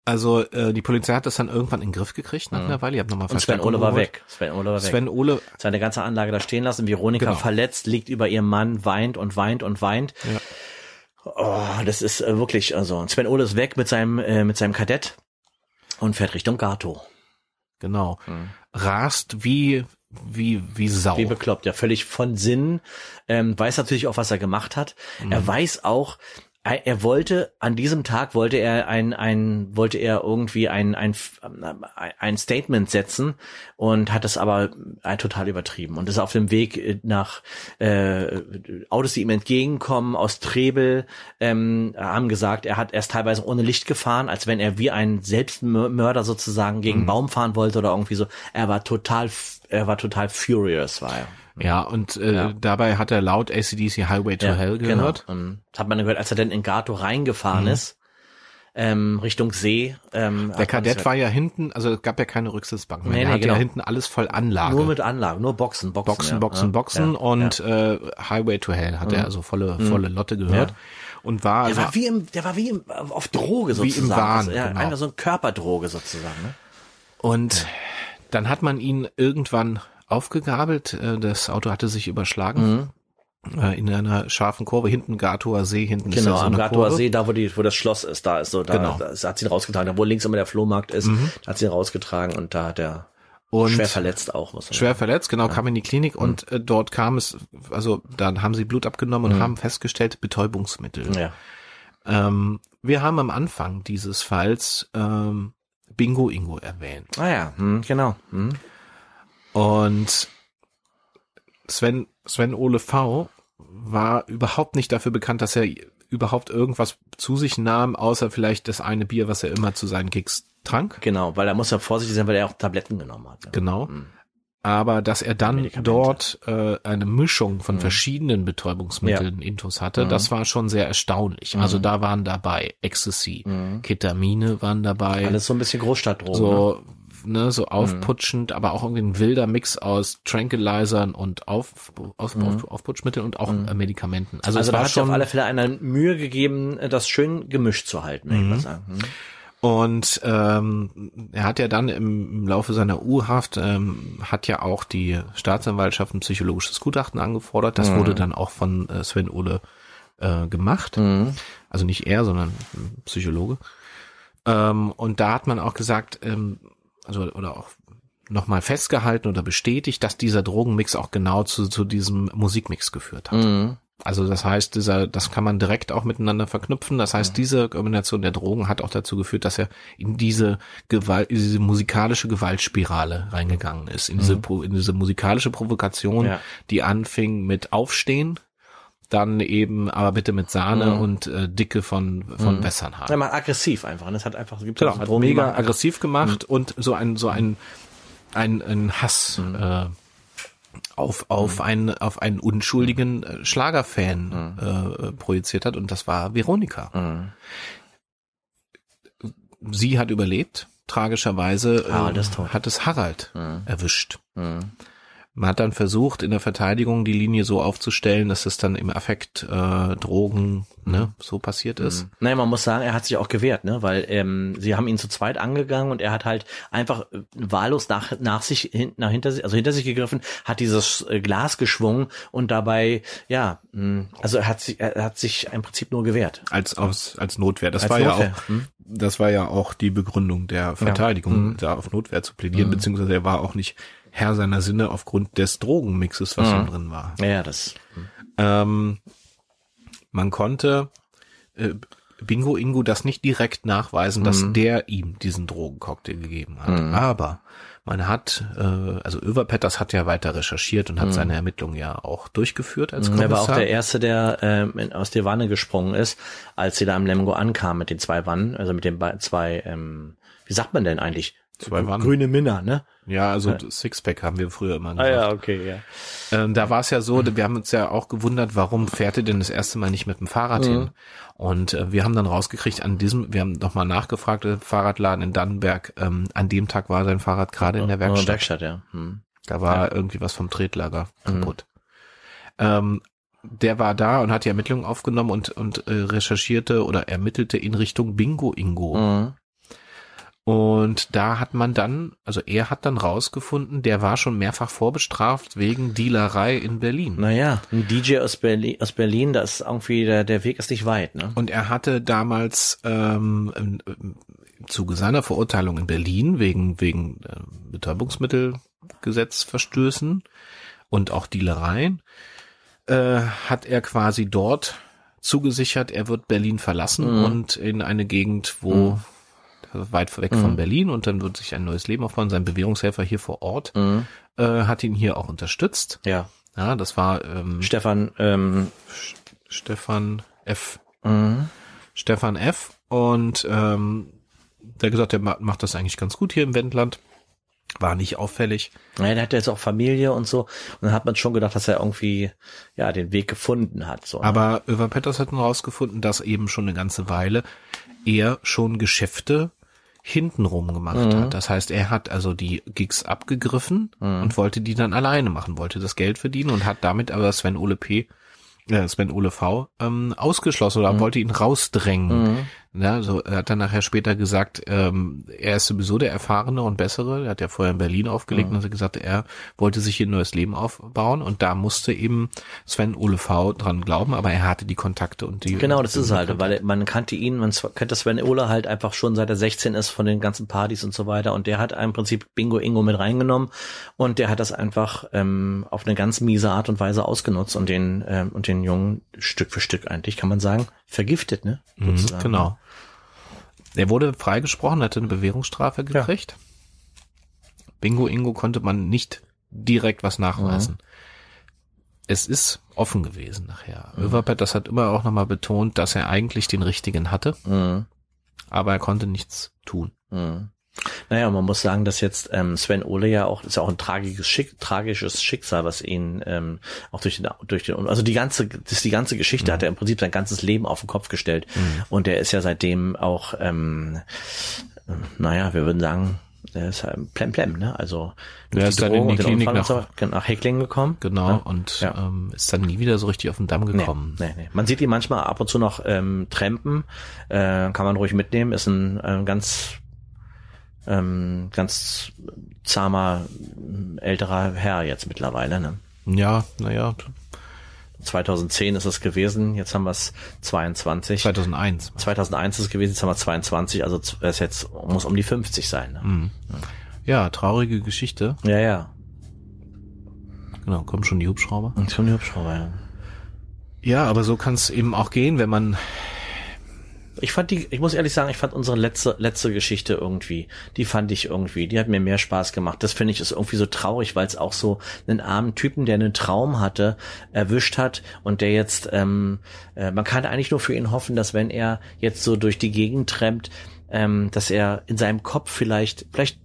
[SPEAKER 1] Also äh, die Polizei hat das dann irgendwann in den Griff gekriegt nach einer Weile. Ich hab nochmal
[SPEAKER 2] Mhm. Und Sven Ole war weg. Sven Ole war weg.
[SPEAKER 1] Sven Ole
[SPEAKER 2] seine ganze Anlage da stehen lassen. Veronika
[SPEAKER 1] Genau.
[SPEAKER 2] verletzt, liegt über ihrem Mann, weint und weint und weint. Oh, das ist äh, wirklich, also Sven Ole ist weg mit seinem, äh, mit seinem Kadett und fährt Richtung Gato.
[SPEAKER 1] Genau. Rast wie, wie, wie Sau.
[SPEAKER 2] Mhm. Wie bekloppt, ja, völlig von Sinn. Ähm, weiß natürlich auch, was er gemacht hat. Er weiß auch, er, er wollte, an diesem Tag wollte er ein, ein, wollte er irgendwie ein, ein, ein Statement setzen und hat das aber ein, total übertrieben und ist auf dem Weg äh, nach äh, Autos, die ihm entgegenkommen, aus Trebel, ähm, haben gesagt, er hat erst teilweise ohne Licht gefahren, als wenn er wie ein Selbstmörder sozusagen gegen einen Baum fahren wollte oder irgendwie so. Er war total, f- er war total furious, war er.
[SPEAKER 1] ja, und äh, dabei hat er laut ACDC Highway to
[SPEAKER 2] Ja,
[SPEAKER 1] Hell gehört. Mhm.
[SPEAKER 2] Genau. Ähm, Das hat man gehört, als er dann in Gato reingefahren ist, ähm, Richtung See. Ähm,
[SPEAKER 1] Der Kadett war ja hinten, also es gab ja keine Rücksitz-Bank mehr.
[SPEAKER 2] Nee,
[SPEAKER 1] der
[SPEAKER 2] nee,
[SPEAKER 1] hatte
[SPEAKER 2] genau.
[SPEAKER 1] ja hinten alles voll Anlage.
[SPEAKER 2] nur mit Anlagen, nur Boxen, Boxen.
[SPEAKER 1] Boxen,
[SPEAKER 2] ja.
[SPEAKER 1] Boxen,
[SPEAKER 2] ja.
[SPEAKER 1] Boxen
[SPEAKER 2] Ja. Mhm.
[SPEAKER 1] und Äh, Highway to Hell hat er also volle, volle Lotte gehört.
[SPEAKER 2] Ja.
[SPEAKER 1] Und war,
[SPEAKER 2] Der
[SPEAKER 1] also
[SPEAKER 2] war wie im, der war wie im, auf Droge
[SPEAKER 1] Wie im
[SPEAKER 2] sozusagen.
[SPEAKER 1] Wahn,
[SPEAKER 2] also, ja,
[SPEAKER 1] genau.
[SPEAKER 2] Einfach so ein Körperdroge sozusagen. Ne?
[SPEAKER 1] Und dann hat man ihn irgendwann aufgegabelt. Äh, Das Auto hatte sich überschlagen. Äh, In einer scharfen Kurve, hinten Gatoer See, hinten ist
[SPEAKER 2] Mhm. Genau,
[SPEAKER 1] ja so
[SPEAKER 2] am
[SPEAKER 1] eine
[SPEAKER 2] Gartower
[SPEAKER 1] Kurve.
[SPEAKER 2] See, da wo, die, wo das Schloss ist, da ist so, da,
[SPEAKER 1] Genau. Mhm.
[SPEAKER 2] da hat sie ihn rausgetragen. Da wo links immer der Flohmarkt ist, da hat sie ihn rausgetragen und da hat er
[SPEAKER 1] Und
[SPEAKER 2] schwer verletzt Mhm. auch, muss man sagen.
[SPEAKER 1] schwer verletzt, genau, kam in die Klinik und äh, dort kam es, also dann haben sie Blut abgenommen und haben festgestellt, Betäubungsmittel.
[SPEAKER 2] Mhm. Ja.
[SPEAKER 1] Ähm, wir haben am Anfang dieses Falls ähm, Bingo Ingo erwähnt.
[SPEAKER 2] Ah ja, hm, genau. Hm.
[SPEAKER 1] Und Sven, Sven Ole V war überhaupt nicht dafür bekannt, dass er überhaupt irgendwas zu sich nahm, außer vielleicht das eine Bier, was er immer zu seinen Gigs trank.
[SPEAKER 2] Genau, weil er muss ja vorsichtig sein, weil er auch Tabletten genommen hat. Ja.
[SPEAKER 1] Genau.
[SPEAKER 2] Mhm.
[SPEAKER 1] Aber dass er dann
[SPEAKER 2] Medikamente. Mhm.
[SPEAKER 1] dort äh, eine Mischung von verschiedenen Betäubungsmitteln Intus hatte, das war schon sehr erstaunlich.
[SPEAKER 2] Mhm.
[SPEAKER 1] Also da waren dabei Ecstasy, Ketamine waren dabei,
[SPEAKER 2] Alles so ein bisschen Großstadtdrogen. ne?
[SPEAKER 1] so ne, so aufputschend, aber auch irgendwie ein wilder Mix aus Tranquilizern und auf, auf, auf, Aufputschmitteln und auch äh, Medikamenten. Also,
[SPEAKER 2] Mhm. Also
[SPEAKER 1] es
[SPEAKER 2] da
[SPEAKER 1] war
[SPEAKER 2] hat sich auf
[SPEAKER 1] schon
[SPEAKER 2] alle Fälle einer Mühe gegeben, das schön gemischt zu halten, würde ich
[SPEAKER 1] Mhm.
[SPEAKER 2] mal sagen. Hm.
[SPEAKER 1] Und ähm, er hat ja dann im, im Laufe seiner U-Haft, ähm, hat ja auch die Staatsanwaltschaft ein psychologisches Gutachten angefordert.
[SPEAKER 2] Mhm.
[SPEAKER 1] Das wurde dann auch von äh, Sven Ole äh, gemacht. Also nicht er, sondern ein Psychologe. Ähm, und da hat man auch gesagt, ähm, also oder auch nochmal festgehalten oder bestätigt, dass dieser Drogenmix auch genau zu, zu diesem Musikmix geführt hat. Also das heißt, dieser, das kann man direkt auch miteinander verknüpfen. Das heißt, diese Kombination der Drogen hat auch dazu geführt, dass er in diese Gewalt, in diese musikalische Gewaltspirale reingegangen ist, in diese, Pro- in diese musikalische Provokation,
[SPEAKER 2] Ja.
[SPEAKER 1] die anfing mit Aufstehen, dann eben aber bitte mit Sahne und äh, Dicke von von Wässernhagen.
[SPEAKER 2] Mhm. Ja, also mal aggressiv einfach. Das hat einfach, gibt
[SPEAKER 1] Genau, hat mega aggressiv
[SPEAKER 2] Mhm.
[SPEAKER 1] gemacht und so ein so ein ein, ein Hass
[SPEAKER 2] Mhm.
[SPEAKER 1] äh, auf auf einen auf einen unschuldigen äh,
[SPEAKER 2] Mhm.
[SPEAKER 1] Schlagerfan äh, äh, projiziert hat und das war Veronika. Sie hat überlebt. Tragischerweise
[SPEAKER 2] Harald
[SPEAKER 1] äh,
[SPEAKER 2] Ah, ist tot. Mhm.
[SPEAKER 1] hat es Harald erwischt. Man hat dann versucht, in der Verteidigung die Linie so aufzustellen, dass es dann im Affekt äh, Drogen ne, so passiert ist.
[SPEAKER 2] Nein, Mhm. man muss sagen, er hat sich auch gewehrt, ne? weil ähm, sie haben ihn zu zweit angegangen und er hat halt einfach äh, wahllos nach, nach sich, hin, nach hinter sich, also hinter sich gegriffen, hat dieses äh, Glas geschwungen und dabei, ja, mh, also er hat sich, er hat sich im Prinzip nur gewehrt.
[SPEAKER 1] als aus, als Notwehr. Das
[SPEAKER 2] Als
[SPEAKER 1] war ja
[SPEAKER 2] Notwehr, Hm.
[SPEAKER 1] auch das war ja auch die Begründung der Verteidigung, da auf Notwehr zu plädieren,
[SPEAKER 2] Hm.
[SPEAKER 1] beziehungsweise er war auch nicht Herr seiner Sinne aufgrund des Drogenmixes, was
[SPEAKER 2] Hm.
[SPEAKER 1] da drin war.
[SPEAKER 2] Ja, das
[SPEAKER 1] Ähm, man konnte äh, Bingo Ingo das nicht direkt nachweisen, dass
[SPEAKER 2] Hm.
[SPEAKER 1] der ihm diesen Drogencocktail gegeben hat. Aber man hat, äh, also Överpet, das hat ja weiter recherchiert und hat seine Ermittlungen ja auch durchgeführt als
[SPEAKER 2] Er
[SPEAKER 1] Kommissar.
[SPEAKER 2] war auch Hm. der Erste, der ähm, in- aus der Wanne gesprungen ist, als sie da am Lemgo ankam mit den zwei Wannen, also mit den bei- zwei, ähm, wie sagt man denn eigentlich?
[SPEAKER 1] Zwei Wannen.
[SPEAKER 2] Grüne Minna, ne?
[SPEAKER 1] ja, also Sixpack haben wir früher immer gesagt.
[SPEAKER 2] okay, Ah, ja.
[SPEAKER 1] Ähm, da war es ja so, wir haben uns ja auch gewundert, warum fährt er denn das erste Mal nicht mit dem Fahrrad
[SPEAKER 2] Mhm.
[SPEAKER 1] hin? Und äh, wir haben dann rausgekriegt, an diesem, wir haben nochmal nachgefragt, äh, Fahrradladen in Dannenberg, ähm, an dem Tag war sein Fahrrad gerade in der Werkstatt.
[SPEAKER 2] Werkstatt, Mhm. ja. Hm.
[SPEAKER 1] Da war irgendwie was vom Tretlager kaputt. Ähm, der war da und hat die Ermittlungen aufgenommen und, und äh, recherchierte oder ermittelte in Richtung Bingo Ingo.
[SPEAKER 2] Mhm.
[SPEAKER 1] Und da hat man dann, also er hat dann rausgefunden, der war schon mehrfach vorbestraft wegen Dealerei in Berlin.
[SPEAKER 2] Naja, ein DJ aus Berlin, aus Berlin, da ist irgendwie, der, der Weg ist nicht weit, ne?
[SPEAKER 1] Und er hatte damals ähm, im, im Zuge seiner Verurteilung in Berlin wegen, wegen äh, Betäubungsmittelgesetzverstößen und auch Dealereien, äh, hat er quasi dort zugesichert, er wird Berlin verlassen und in eine Gegend, wo also weit weg von Berlin und dann wird sich ein neues Leben aufbauen. Sein Bewährungshelfer hier vor Ort äh, hat ihn hier auch unterstützt.
[SPEAKER 2] Ja.
[SPEAKER 1] Ja, das war
[SPEAKER 2] Mhm.
[SPEAKER 1] ähm,
[SPEAKER 2] Stefan, ähm,
[SPEAKER 1] Stefan F.
[SPEAKER 2] mhm.
[SPEAKER 1] Stefan F. Und ähm, der gesagt, der ma- macht das eigentlich ganz gut hier im Wendland. War nicht auffällig.
[SPEAKER 2] naja, der hat jetzt auch Familie und so. Und dann hat man schon gedacht, dass er irgendwie, ja, den Weg gefunden hat, so. ne?
[SPEAKER 1] Aber Över Petters hat nun rausgefunden, dass eben schon eine ganze Weile er schon Geschäfte hintenrum gemacht hat. Das heißt, er hat also die Gigs abgegriffen und wollte die dann alleine machen, wollte das Geld verdienen und hat damit aber Sven Ole P. Äh, Sven Ole V. Ähm, ausgeschlossen
[SPEAKER 2] Mhm.
[SPEAKER 1] oder wollte ihn rausdrängen. Ja, so, er hat dann nachher später gesagt, ähm, er ist sowieso der Erfahrene und Bessere. Er hat ja vorher in Berlin aufgelegt
[SPEAKER 2] Mhm.
[SPEAKER 1] und hat gesagt, er wollte sich hier ein neues Leben aufbauen und da musste eben Sven Ole V. dran glauben, aber er hatte die Kontakte und die
[SPEAKER 2] Genau, das ist halt, weil man kannte ihn, man zw- kannte Sven Ola halt einfach schon seit er 16 ist von den ganzen Partys und so weiter und der hat im Prinzip Bingo Ingo mit reingenommen und der hat das einfach ähm, auf eine ganz miese Art und Weise ausgenutzt und den ähm, und den Jungen Stück für Stück eigentlich kann man sagen vergiftet, ne?
[SPEAKER 1] Mhm,
[SPEAKER 2] Sozusagen.
[SPEAKER 1] genau. Er wurde freigesprochen, hatte eine Bewährungsstrafe gekriegt. Bingo Ingo konnte man nicht direkt was nachweisen. Es ist offen gewesen nachher. Mhm. Överpet, das hat immer auch nochmal betont, dass er eigentlich den richtigen hatte,
[SPEAKER 2] Mhm.
[SPEAKER 1] aber er konnte nichts tun.
[SPEAKER 2] Mhm. Naja, und man muss sagen, dass jetzt ähm, Sven Ole ja auch, ist ja auch ein tragisches, Schick, tragisches Schicksal, was ihn ähm, auch durch den, durch den, also die ganze, das, die ganze Geschichte
[SPEAKER 1] Mhm.
[SPEAKER 2] hat er im Prinzip sein ganzes Leben auf den Kopf gestellt. Und er ist ja seitdem auch, ähm, äh, naja, wir würden sagen, er ist halt plem plem, ne? Also durch
[SPEAKER 1] Er ist dann in
[SPEAKER 2] Drogen
[SPEAKER 1] die
[SPEAKER 2] und den
[SPEAKER 1] Klinik
[SPEAKER 2] Unfall und so, gen- nach Heckling gekommen.
[SPEAKER 1] Genau, und
[SPEAKER 2] Ja.
[SPEAKER 1] Ähm, ist dann nie wieder so richtig auf den Damm
[SPEAKER 2] Nee,
[SPEAKER 1] gekommen.
[SPEAKER 2] nee, nee. Man sieht ihn manchmal ab und zu noch ähm, trampen, äh, kann man ruhig mitnehmen, ist ein ähm, ganz ähm, ganz zahmer ähm, älterer Herr jetzt mittlerweile. Ne?
[SPEAKER 1] Ja, naja,
[SPEAKER 2] 2010 ist es gewesen, jetzt haben wir es 22.
[SPEAKER 1] 2001.
[SPEAKER 2] 2001 ist es gewesen, jetzt haben wir 22, also z- er ist jetzt muss um die 50 sein. Ne?
[SPEAKER 1] Mhm. Ja, traurige Geschichte.
[SPEAKER 2] Ja, ja.
[SPEAKER 1] Genau, kommen schon die Hubschrauber.
[SPEAKER 2] Und schon die Hubschrauber. Ja.
[SPEAKER 1] Ja, aber so kann es eben auch gehen, wenn man
[SPEAKER 2] Ich fand die, ich muss ehrlich sagen, ich fand unsere letzte, letzte Geschichte irgendwie, die fand ich irgendwie, die hat mir mehr Spaß gemacht. Das finde ich ist irgendwie so traurig, weil es auch so einen armen Typen, der einen Traum hatte, erwischt hat und der jetzt, ähm, äh, man kann eigentlich nur für ihn hoffen, dass wenn er jetzt so durch die Gegend trennt, ähm, dass er in seinem Kopf vielleicht, vielleicht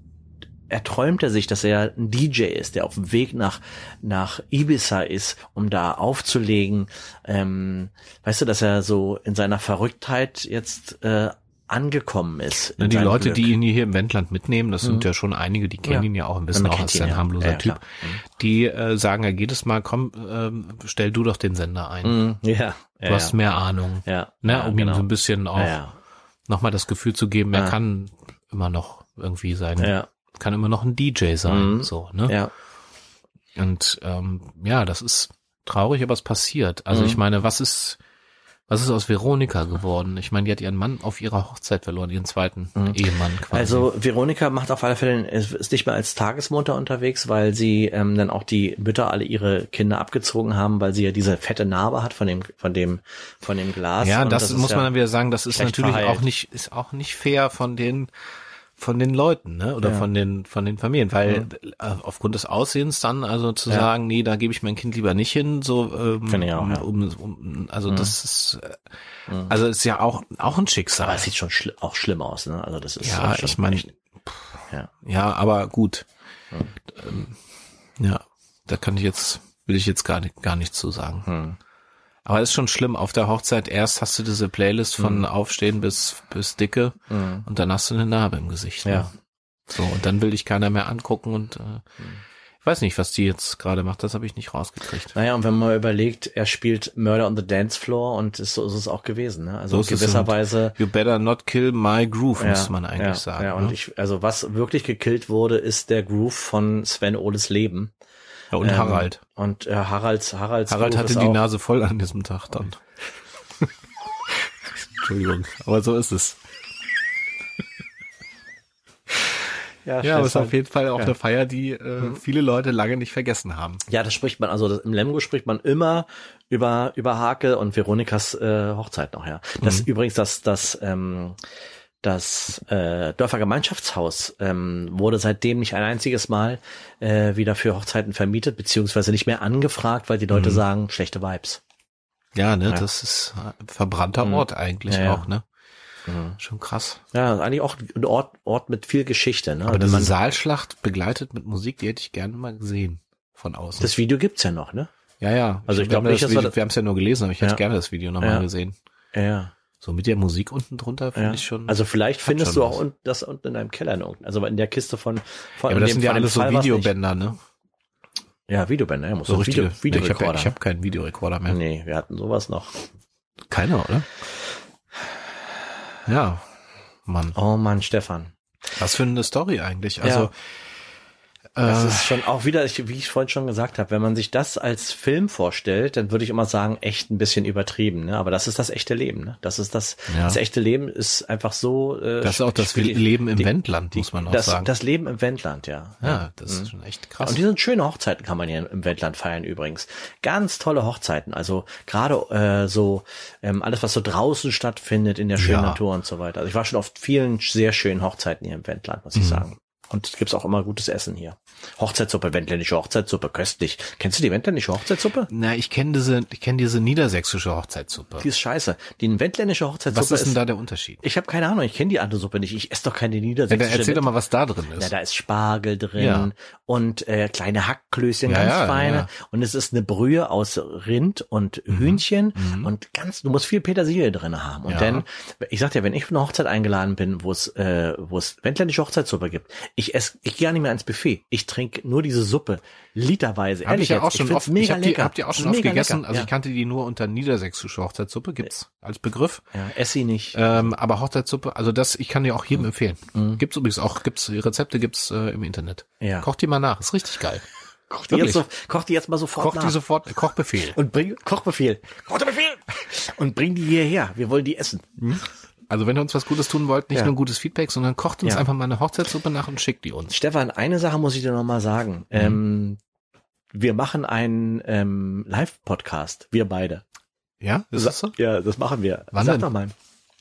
[SPEAKER 2] erträumt er sich, dass er ein DJ ist, der auf dem Weg nach, nach Ibiza ist, um da aufzulegen. Ähm, weißt du, dass er so in seiner Verrücktheit jetzt äh, angekommen ist.
[SPEAKER 1] Ne,
[SPEAKER 2] in
[SPEAKER 1] die
[SPEAKER 2] seinem
[SPEAKER 1] Leute,
[SPEAKER 2] Glück. Mhm.
[SPEAKER 1] die ihn hier im Wendland mitnehmen, das sind ja schon einige, die kennen
[SPEAKER 2] Ja.
[SPEAKER 1] ihn ja auch ein bisschen
[SPEAKER 2] Man
[SPEAKER 1] auch
[SPEAKER 2] kennt
[SPEAKER 1] als
[SPEAKER 2] ihn,
[SPEAKER 1] ein
[SPEAKER 2] ja.
[SPEAKER 1] harmloser
[SPEAKER 2] Ja, ja,
[SPEAKER 1] Typ,
[SPEAKER 2] klar. Mhm.
[SPEAKER 1] die äh, sagen ja jedes Mal, komm, ähm, stell du doch den Sender ein.
[SPEAKER 2] Mhm, Ja,
[SPEAKER 1] Du
[SPEAKER 2] ja,
[SPEAKER 1] hast
[SPEAKER 2] ja.
[SPEAKER 1] mehr Ahnung.
[SPEAKER 2] Ja,
[SPEAKER 1] Ne,
[SPEAKER 2] ja,
[SPEAKER 1] um ihm
[SPEAKER 2] genau.
[SPEAKER 1] so ein bisschen auch
[SPEAKER 2] ja, ja.
[SPEAKER 1] nochmal das Gefühl zu geben, er
[SPEAKER 2] Ja.
[SPEAKER 1] kann immer noch irgendwie sein,
[SPEAKER 2] Ja.
[SPEAKER 1] kann immer noch ein DJ sein.
[SPEAKER 2] Mhm.
[SPEAKER 1] So, ne?
[SPEAKER 2] Ja,
[SPEAKER 1] Und ähm, ja, das ist traurig, aber es passiert. Also
[SPEAKER 2] Mhm.
[SPEAKER 1] ich meine, was ist, Was ist aus Veronika geworden? Ich meine, die hat ihren Mann auf ihrer Hochzeit verloren, ihren zweiten Ehemann quasi.
[SPEAKER 2] Mhm. Also Veronika macht auf alle Fälle ist ist nicht mehr als Tagesmutter unterwegs, weil sie ähm, dann auch die Mütter alle ihre Kinder abgezogen haben, weil sie ja diese fette Narbe hat von dem von dem von dem Glas.
[SPEAKER 1] ja,
[SPEAKER 2] Und
[SPEAKER 1] das,
[SPEAKER 2] ist
[SPEAKER 1] muss
[SPEAKER 2] ja-
[SPEAKER 1] man dann wieder sagen, das ist
[SPEAKER 2] schlecht
[SPEAKER 1] natürlich auch
[SPEAKER 2] verheilt.
[SPEAKER 1] nicht, ist auch nicht fair von den, von den Leuten, ne? Oder
[SPEAKER 2] Ja.
[SPEAKER 1] von den, von den Familien, weil äh, aufgrund des Aussehens dann, also zu
[SPEAKER 2] Ja.
[SPEAKER 1] sagen, nee, da gebe ich mein Kind lieber nicht hin, so, ähm,
[SPEAKER 2] Finde ich auch, ja. Mhm.
[SPEAKER 1] um, um, also das ist, äh, also ist ja auch, auch ein Schicksal.
[SPEAKER 2] Aber es sieht schon schli auch schlimm aus, ne? Also das ist
[SPEAKER 1] ja,
[SPEAKER 2] schon
[SPEAKER 1] ich meine,
[SPEAKER 2] echt- ja.
[SPEAKER 1] Ja, aber gut. Ähm, ja, da kann ich jetzt, will ich jetzt gar, nicht, gar nichts zu sagen.
[SPEAKER 2] Hm.
[SPEAKER 1] Aber ist schon schlimm. Auf der Hochzeit erst hast du diese Playlist von
[SPEAKER 2] Hm.
[SPEAKER 1] Aufstehen bis, bis Dicke
[SPEAKER 2] Mhm.
[SPEAKER 1] und dann hast du eine Narbe im Gesicht. ne?
[SPEAKER 2] Ja. Hm.
[SPEAKER 1] So, und dann will dich keiner mehr angucken und äh, ich weiß nicht, was die jetzt gerade macht, das habe ich nicht rausgekriegt.
[SPEAKER 2] Naja, und wenn man überlegt, er spielt Murder on the Dance Floor und ist, so ist es auch gewesen. Ne?
[SPEAKER 1] So
[SPEAKER 2] Also in
[SPEAKER 1] ist es
[SPEAKER 2] gewisser
[SPEAKER 1] und-
[SPEAKER 2] Weise.
[SPEAKER 1] You better not kill my groove,
[SPEAKER 2] ja,
[SPEAKER 1] müsste man eigentlich
[SPEAKER 2] ja,
[SPEAKER 1] sagen.
[SPEAKER 2] Ja, und
[SPEAKER 1] ne?
[SPEAKER 2] ich, also was wirklich gekillt wurde, ist der Groove von Sven Oles Leben.
[SPEAKER 1] ja, und
[SPEAKER 2] Ähm,
[SPEAKER 1] Harald.
[SPEAKER 2] Und äh, Haralds, Haralds
[SPEAKER 1] Harald
[SPEAKER 2] Groove
[SPEAKER 1] hatte
[SPEAKER 2] ist
[SPEAKER 1] die
[SPEAKER 2] auch-
[SPEAKER 1] Nase voll an diesem Tag dann. Entschuldigung, aber so ist es.
[SPEAKER 2] Ja,
[SPEAKER 1] Ja, aber es
[SPEAKER 2] Stefan.
[SPEAKER 1] ist auf jeden Fall auch
[SPEAKER 2] Ja. Mhm.
[SPEAKER 1] eine Feier, die äh, viele Leute lange nicht vergessen haben.
[SPEAKER 2] ja, das spricht man, also das, im Lemgo spricht man immer über, über Hake und Veronikas äh, Hochzeit noch, ja.
[SPEAKER 1] Mhm.
[SPEAKER 2] Das übrigens, das, das, ähm, das äh, Dörfergemeinschaftshaus ähm, wurde seitdem nicht ein einziges Mal äh, wieder für Hochzeiten vermietet, beziehungsweise nicht mehr angefragt, weil die Leute
[SPEAKER 1] Mhm.
[SPEAKER 2] sagen, schlechte Vibes.
[SPEAKER 1] Ja, ne,
[SPEAKER 2] Ja. Mhm.
[SPEAKER 1] das ist ein verbrannter Ort eigentlich
[SPEAKER 2] Ja, ja.
[SPEAKER 1] auch, ne? Schon krass.
[SPEAKER 2] Ja, eigentlich auch ein Ort, Ort mit viel Geschichte. Ne?
[SPEAKER 1] Aber
[SPEAKER 2] Wenn
[SPEAKER 1] diese
[SPEAKER 2] man,
[SPEAKER 1] Saalschlacht begleitet mit Musik, die hätte ich gerne mal gesehen von außen.
[SPEAKER 2] das Video gibt's ja noch, ne?
[SPEAKER 1] ja, ja.
[SPEAKER 2] Also ich
[SPEAKER 1] Wir
[SPEAKER 2] glaub
[SPEAKER 1] haben
[SPEAKER 2] nicht,
[SPEAKER 1] das
[SPEAKER 2] dass wir
[SPEAKER 1] Video-
[SPEAKER 2] das-
[SPEAKER 1] wir haben es ja nur gelesen, aber ich hätte
[SPEAKER 2] Ja.
[SPEAKER 1] gerne das Video nochmal
[SPEAKER 2] Ja.
[SPEAKER 1] gesehen.
[SPEAKER 2] Ja.
[SPEAKER 1] So mit der Musik unten drunter finde
[SPEAKER 2] Ja.
[SPEAKER 1] ich schon.
[SPEAKER 2] also vielleicht findest
[SPEAKER 1] schon
[SPEAKER 2] du
[SPEAKER 1] was.
[SPEAKER 2] auch un das unten in deinem Keller in irgendeinem, also in der Kiste von, von
[SPEAKER 1] ja, aber das
[SPEAKER 2] in
[SPEAKER 1] sind
[SPEAKER 2] dem-
[SPEAKER 1] ja
[SPEAKER 2] von dem
[SPEAKER 1] alles so
[SPEAKER 2] Fall war's nicht.
[SPEAKER 1] Videobänder, ne?
[SPEAKER 2] Ja, Videobänder, ja, muss
[SPEAKER 1] So
[SPEAKER 2] so Video,
[SPEAKER 1] richtige. nee, ich habe
[SPEAKER 2] Videorekorder.
[SPEAKER 1] ja, ich hab äh. keinen Videorekorder mehr.
[SPEAKER 2] nee, wir hatten sowas noch.
[SPEAKER 1] Keiner, oder? Ja. Mann,
[SPEAKER 2] Oh Mann, Stefan.
[SPEAKER 1] was für eine Story eigentlich. Also,
[SPEAKER 2] Das
[SPEAKER 1] äh,
[SPEAKER 2] ist schon auch wieder, ich- wie ich vorhin schon gesagt habe, wenn man sich das als Film vorstellt, dann würde ich immer sagen, echt ein bisschen übertrieben. Ne? Aber das ist das echte Leben. Ne? Das ist das,
[SPEAKER 1] Ja.
[SPEAKER 2] das echte Leben ist einfach so. Äh,
[SPEAKER 1] das ist auch das
[SPEAKER 2] spiel-
[SPEAKER 1] Leben im
[SPEAKER 2] die-
[SPEAKER 1] Wendland, muss man auch
[SPEAKER 2] das,
[SPEAKER 1] sagen.
[SPEAKER 2] das Leben im Wendland, ja.
[SPEAKER 1] ja, das ist schon echt krass.
[SPEAKER 2] Und diese schöne Hochzeiten kann man hier im Wendland feiern übrigens. Ganz tolle Hochzeiten. Also gerade äh, so ähm, alles, was so draußen stattfindet in der schönen
[SPEAKER 1] Ja.
[SPEAKER 2] Natur und so weiter. Also ich war schon auf vielen sehr schönen Hochzeiten hier im Wendland,
[SPEAKER 1] Mhm.
[SPEAKER 2] muss ich sagen. Und es gibt's auch immer gutes Essen hier. Hochzeitssuppe, wendländische Hochzeitssuppe, köstlich. Kennst du die wendländische Hochzeitssuppe?
[SPEAKER 1] Na, ich kenne diese, ich kenne diese niedersächsische Hochzeitssuppe.
[SPEAKER 2] Die ist scheiße. Die wendländische Hochzeitssuppe
[SPEAKER 1] Was ist denn da der Unterschied?
[SPEAKER 2] Ich habe keine Ahnung, ich kenne die andere Suppe nicht. Ich esse doch keine
[SPEAKER 1] Ja,
[SPEAKER 2] niedersächsische.
[SPEAKER 1] dann erzähl doch mal, was da drin
[SPEAKER 2] Na,
[SPEAKER 1] ist.
[SPEAKER 2] da ist Spargel drin
[SPEAKER 1] Ja.
[SPEAKER 2] und äh, kleine Hackklößchen,
[SPEAKER 1] Ja,
[SPEAKER 2] ganz
[SPEAKER 1] ja,
[SPEAKER 2] feine.
[SPEAKER 1] ja. Mhm.
[SPEAKER 2] Und es ist eine Brühe aus Rind und Hühnchen und ganz, du musst viel Petersilie drin haben. Und
[SPEAKER 1] Ja.
[SPEAKER 2] dann, ich sag dir, wenn ich auf eine Hochzeit eingeladen bin, wo es, äh, wo es wendländische Hochzeitssuppe gibt, ich esse, ich gehe ja nicht mehr ans Buffet. Ich trinke nur diese Suppe, literweise.
[SPEAKER 1] Hab ich
[SPEAKER 2] Ehrlich
[SPEAKER 1] ja
[SPEAKER 2] jetzt,
[SPEAKER 1] auch schon
[SPEAKER 2] find's
[SPEAKER 1] oft,
[SPEAKER 2] mega
[SPEAKER 1] ich hab die,
[SPEAKER 2] lecker.
[SPEAKER 1] hab die auch schon
[SPEAKER 2] Mega
[SPEAKER 1] oft gegessen.
[SPEAKER 2] lecker,
[SPEAKER 1] Also
[SPEAKER 2] ja.
[SPEAKER 1] ich kannte die nur unter niedersächsische Hochzeitssuppe, gibt's als Begriff.
[SPEAKER 2] ja, esse sie nicht.
[SPEAKER 1] Ähm, aber Hochzeitssuppe, also das, ich kann dir auch
[SPEAKER 2] Mhm.
[SPEAKER 1] jedem empfehlen. Gibt's übrigens auch, gibt's Rezepte gibt's äh, im Internet.
[SPEAKER 2] Ja.
[SPEAKER 1] Koch die mal nach, ist richtig geil.
[SPEAKER 2] koch, die jetzt so, koch die jetzt mal sofort
[SPEAKER 1] Koch
[SPEAKER 2] nach.
[SPEAKER 1] die sofort, Kochbefehl.
[SPEAKER 2] und bring Kochbefehl. Kochbefehl! Und bring die hierher. Wir wollen die essen.
[SPEAKER 1] Also wenn ihr uns was Gutes tun wollt, nicht
[SPEAKER 2] Ja.
[SPEAKER 1] nur gutes Feedback, sondern kocht uns
[SPEAKER 2] Ja.
[SPEAKER 1] einfach mal eine Hochzeitssuppe nach und schickt die uns.
[SPEAKER 2] Stefan, eine Sache muss ich dir nochmal sagen.
[SPEAKER 1] Mhm.
[SPEAKER 2] Ähm, wir machen einen ähm, Live-Podcast, wir beide.
[SPEAKER 1] Ja, ist das so?
[SPEAKER 2] Ja, das machen wir.
[SPEAKER 1] Wann
[SPEAKER 2] Sag
[SPEAKER 1] denn?
[SPEAKER 2] doch mal.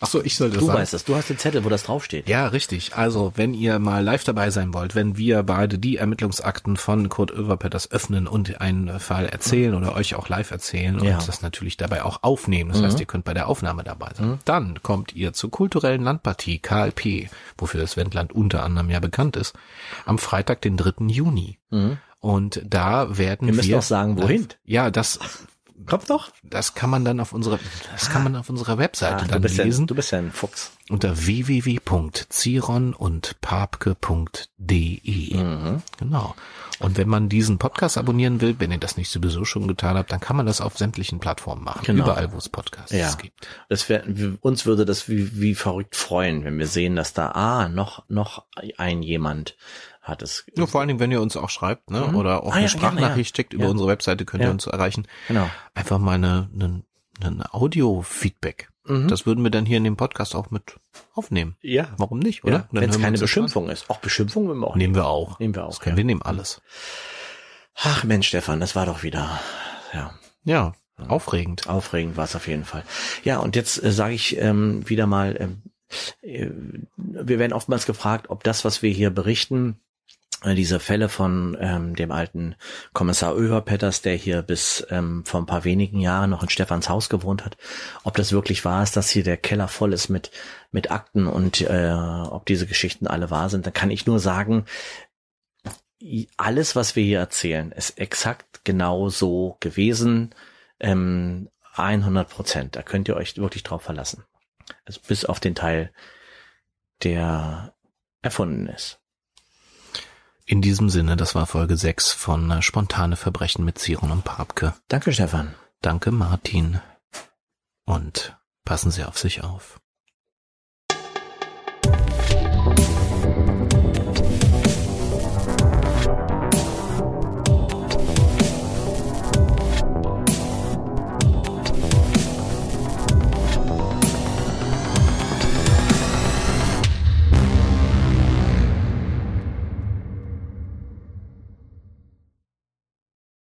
[SPEAKER 1] Ach so, ich soll das
[SPEAKER 2] Du
[SPEAKER 1] sagen.
[SPEAKER 2] weißt es, du hast den Zettel, wo das draufsteht.
[SPEAKER 1] Ja, richtig. Also, wenn ihr mal live dabei sein wollt, wenn wir beide die Ermittlungsakten von Kurt Oeverpetters öffnen und einen Fall erzählen oder euch auch live erzählen und
[SPEAKER 2] Ja. Mhm.
[SPEAKER 1] das natürlich dabei auch aufnehmen, das heißt, ihr könnt bei der Aufnahme dabei sein, dann kommt ihr zur kulturellen Landpartie KLP, wofür das Wendland unter anderem ja bekannt ist, am Freitag, den 3. Juni. Und da werden wir...
[SPEAKER 2] Wir müssen Mhm. auch sagen, wohin.
[SPEAKER 1] Ja, das,
[SPEAKER 2] Kommt doch.
[SPEAKER 1] das kann man dann auf unserer, das kann man auf unserer Webseite
[SPEAKER 2] Ah, du,
[SPEAKER 1] dann
[SPEAKER 2] bist ja,
[SPEAKER 1] lesen
[SPEAKER 2] du bist ja ein Fuchs.
[SPEAKER 1] unter www.ziron und papke.de.
[SPEAKER 2] Mhm.
[SPEAKER 1] Genau. Und wenn man diesen Podcast abonnieren will, wenn ihr das nicht sowieso schon getan habt, dann kann man das auf sämtlichen Plattformen machen.
[SPEAKER 2] Genau.
[SPEAKER 1] Überall, wo es Podcasts
[SPEAKER 2] Ja.
[SPEAKER 1] gibt.
[SPEAKER 2] Das wär, wir- uns würde das wie, wie verrückt freuen, wenn wir sehen, dass da, ah, noch, noch ein jemand hat es.
[SPEAKER 1] Ja, vor allen Dingen, wenn ihr uns auch schreibt, ne? oder auch
[SPEAKER 2] Ah,
[SPEAKER 1] eine
[SPEAKER 2] ja, gerne,
[SPEAKER 1] Sprachnachricht
[SPEAKER 2] ja.
[SPEAKER 1] schickt über
[SPEAKER 2] Ja.
[SPEAKER 1] unsere Webseite, könnt
[SPEAKER 2] Ja.
[SPEAKER 1] ihr uns erreichen.
[SPEAKER 2] Genau.
[SPEAKER 1] Einfach mal eine, eine, ein Audio-Feedback.
[SPEAKER 2] Mhm.
[SPEAKER 1] Das würden wir dann hier in dem Podcast auch mit aufnehmen.
[SPEAKER 2] Ja.
[SPEAKER 1] Warum nicht, oder?
[SPEAKER 2] Oder?
[SPEAKER 1] Dann
[SPEAKER 2] Wenn es
[SPEAKER 1] hören wir
[SPEAKER 2] keine
[SPEAKER 1] uns das
[SPEAKER 2] Beschimpfung ist. Auch Beschimpfung will man auch
[SPEAKER 1] an. Nehmen wir auch.
[SPEAKER 2] Nehmen wir auch,
[SPEAKER 1] Das können
[SPEAKER 2] ja.
[SPEAKER 1] wir nehmen alles.
[SPEAKER 2] Ach Mensch, Stefan, das war doch wieder. Ja,
[SPEAKER 1] Ja, aufregend.
[SPEAKER 2] aufregend war es auf jeden Fall. Ja, und jetzt äh, sage ich ähm, wieder mal, ähm, äh, wir werden oftmals gefragt, ob das, was wir hier berichten, äh, diese Fälle von ähm, dem alten Kommissar Oeverpetters, der hier bis ähm, vor ein paar wenigen Jahren noch in Stefans Haus gewohnt hat, ob das wirklich wahr ist, dass hier der Keller voll ist mit, mit Akten und äh, ob diese Geschichten alle wahr sind, dann kann ich nur sagen, i- alles, was wir hier erzählen, ist exakt genau so gewesen. Ähm, 100 Prozent. Da könnt ihr euch wirklich drauf verlassen. Also bis auf den Teil, der erfunden ist.
[SPEAKER 1] In diesem Sinne, das war Folge 6 von äh, Spontane Verbrechen mit Zieren und Papke.
[SPEAKER 2] Danke, Stefan.
[SPEAKER 1] Danke, Martin. Und passen Sie auf sich auf.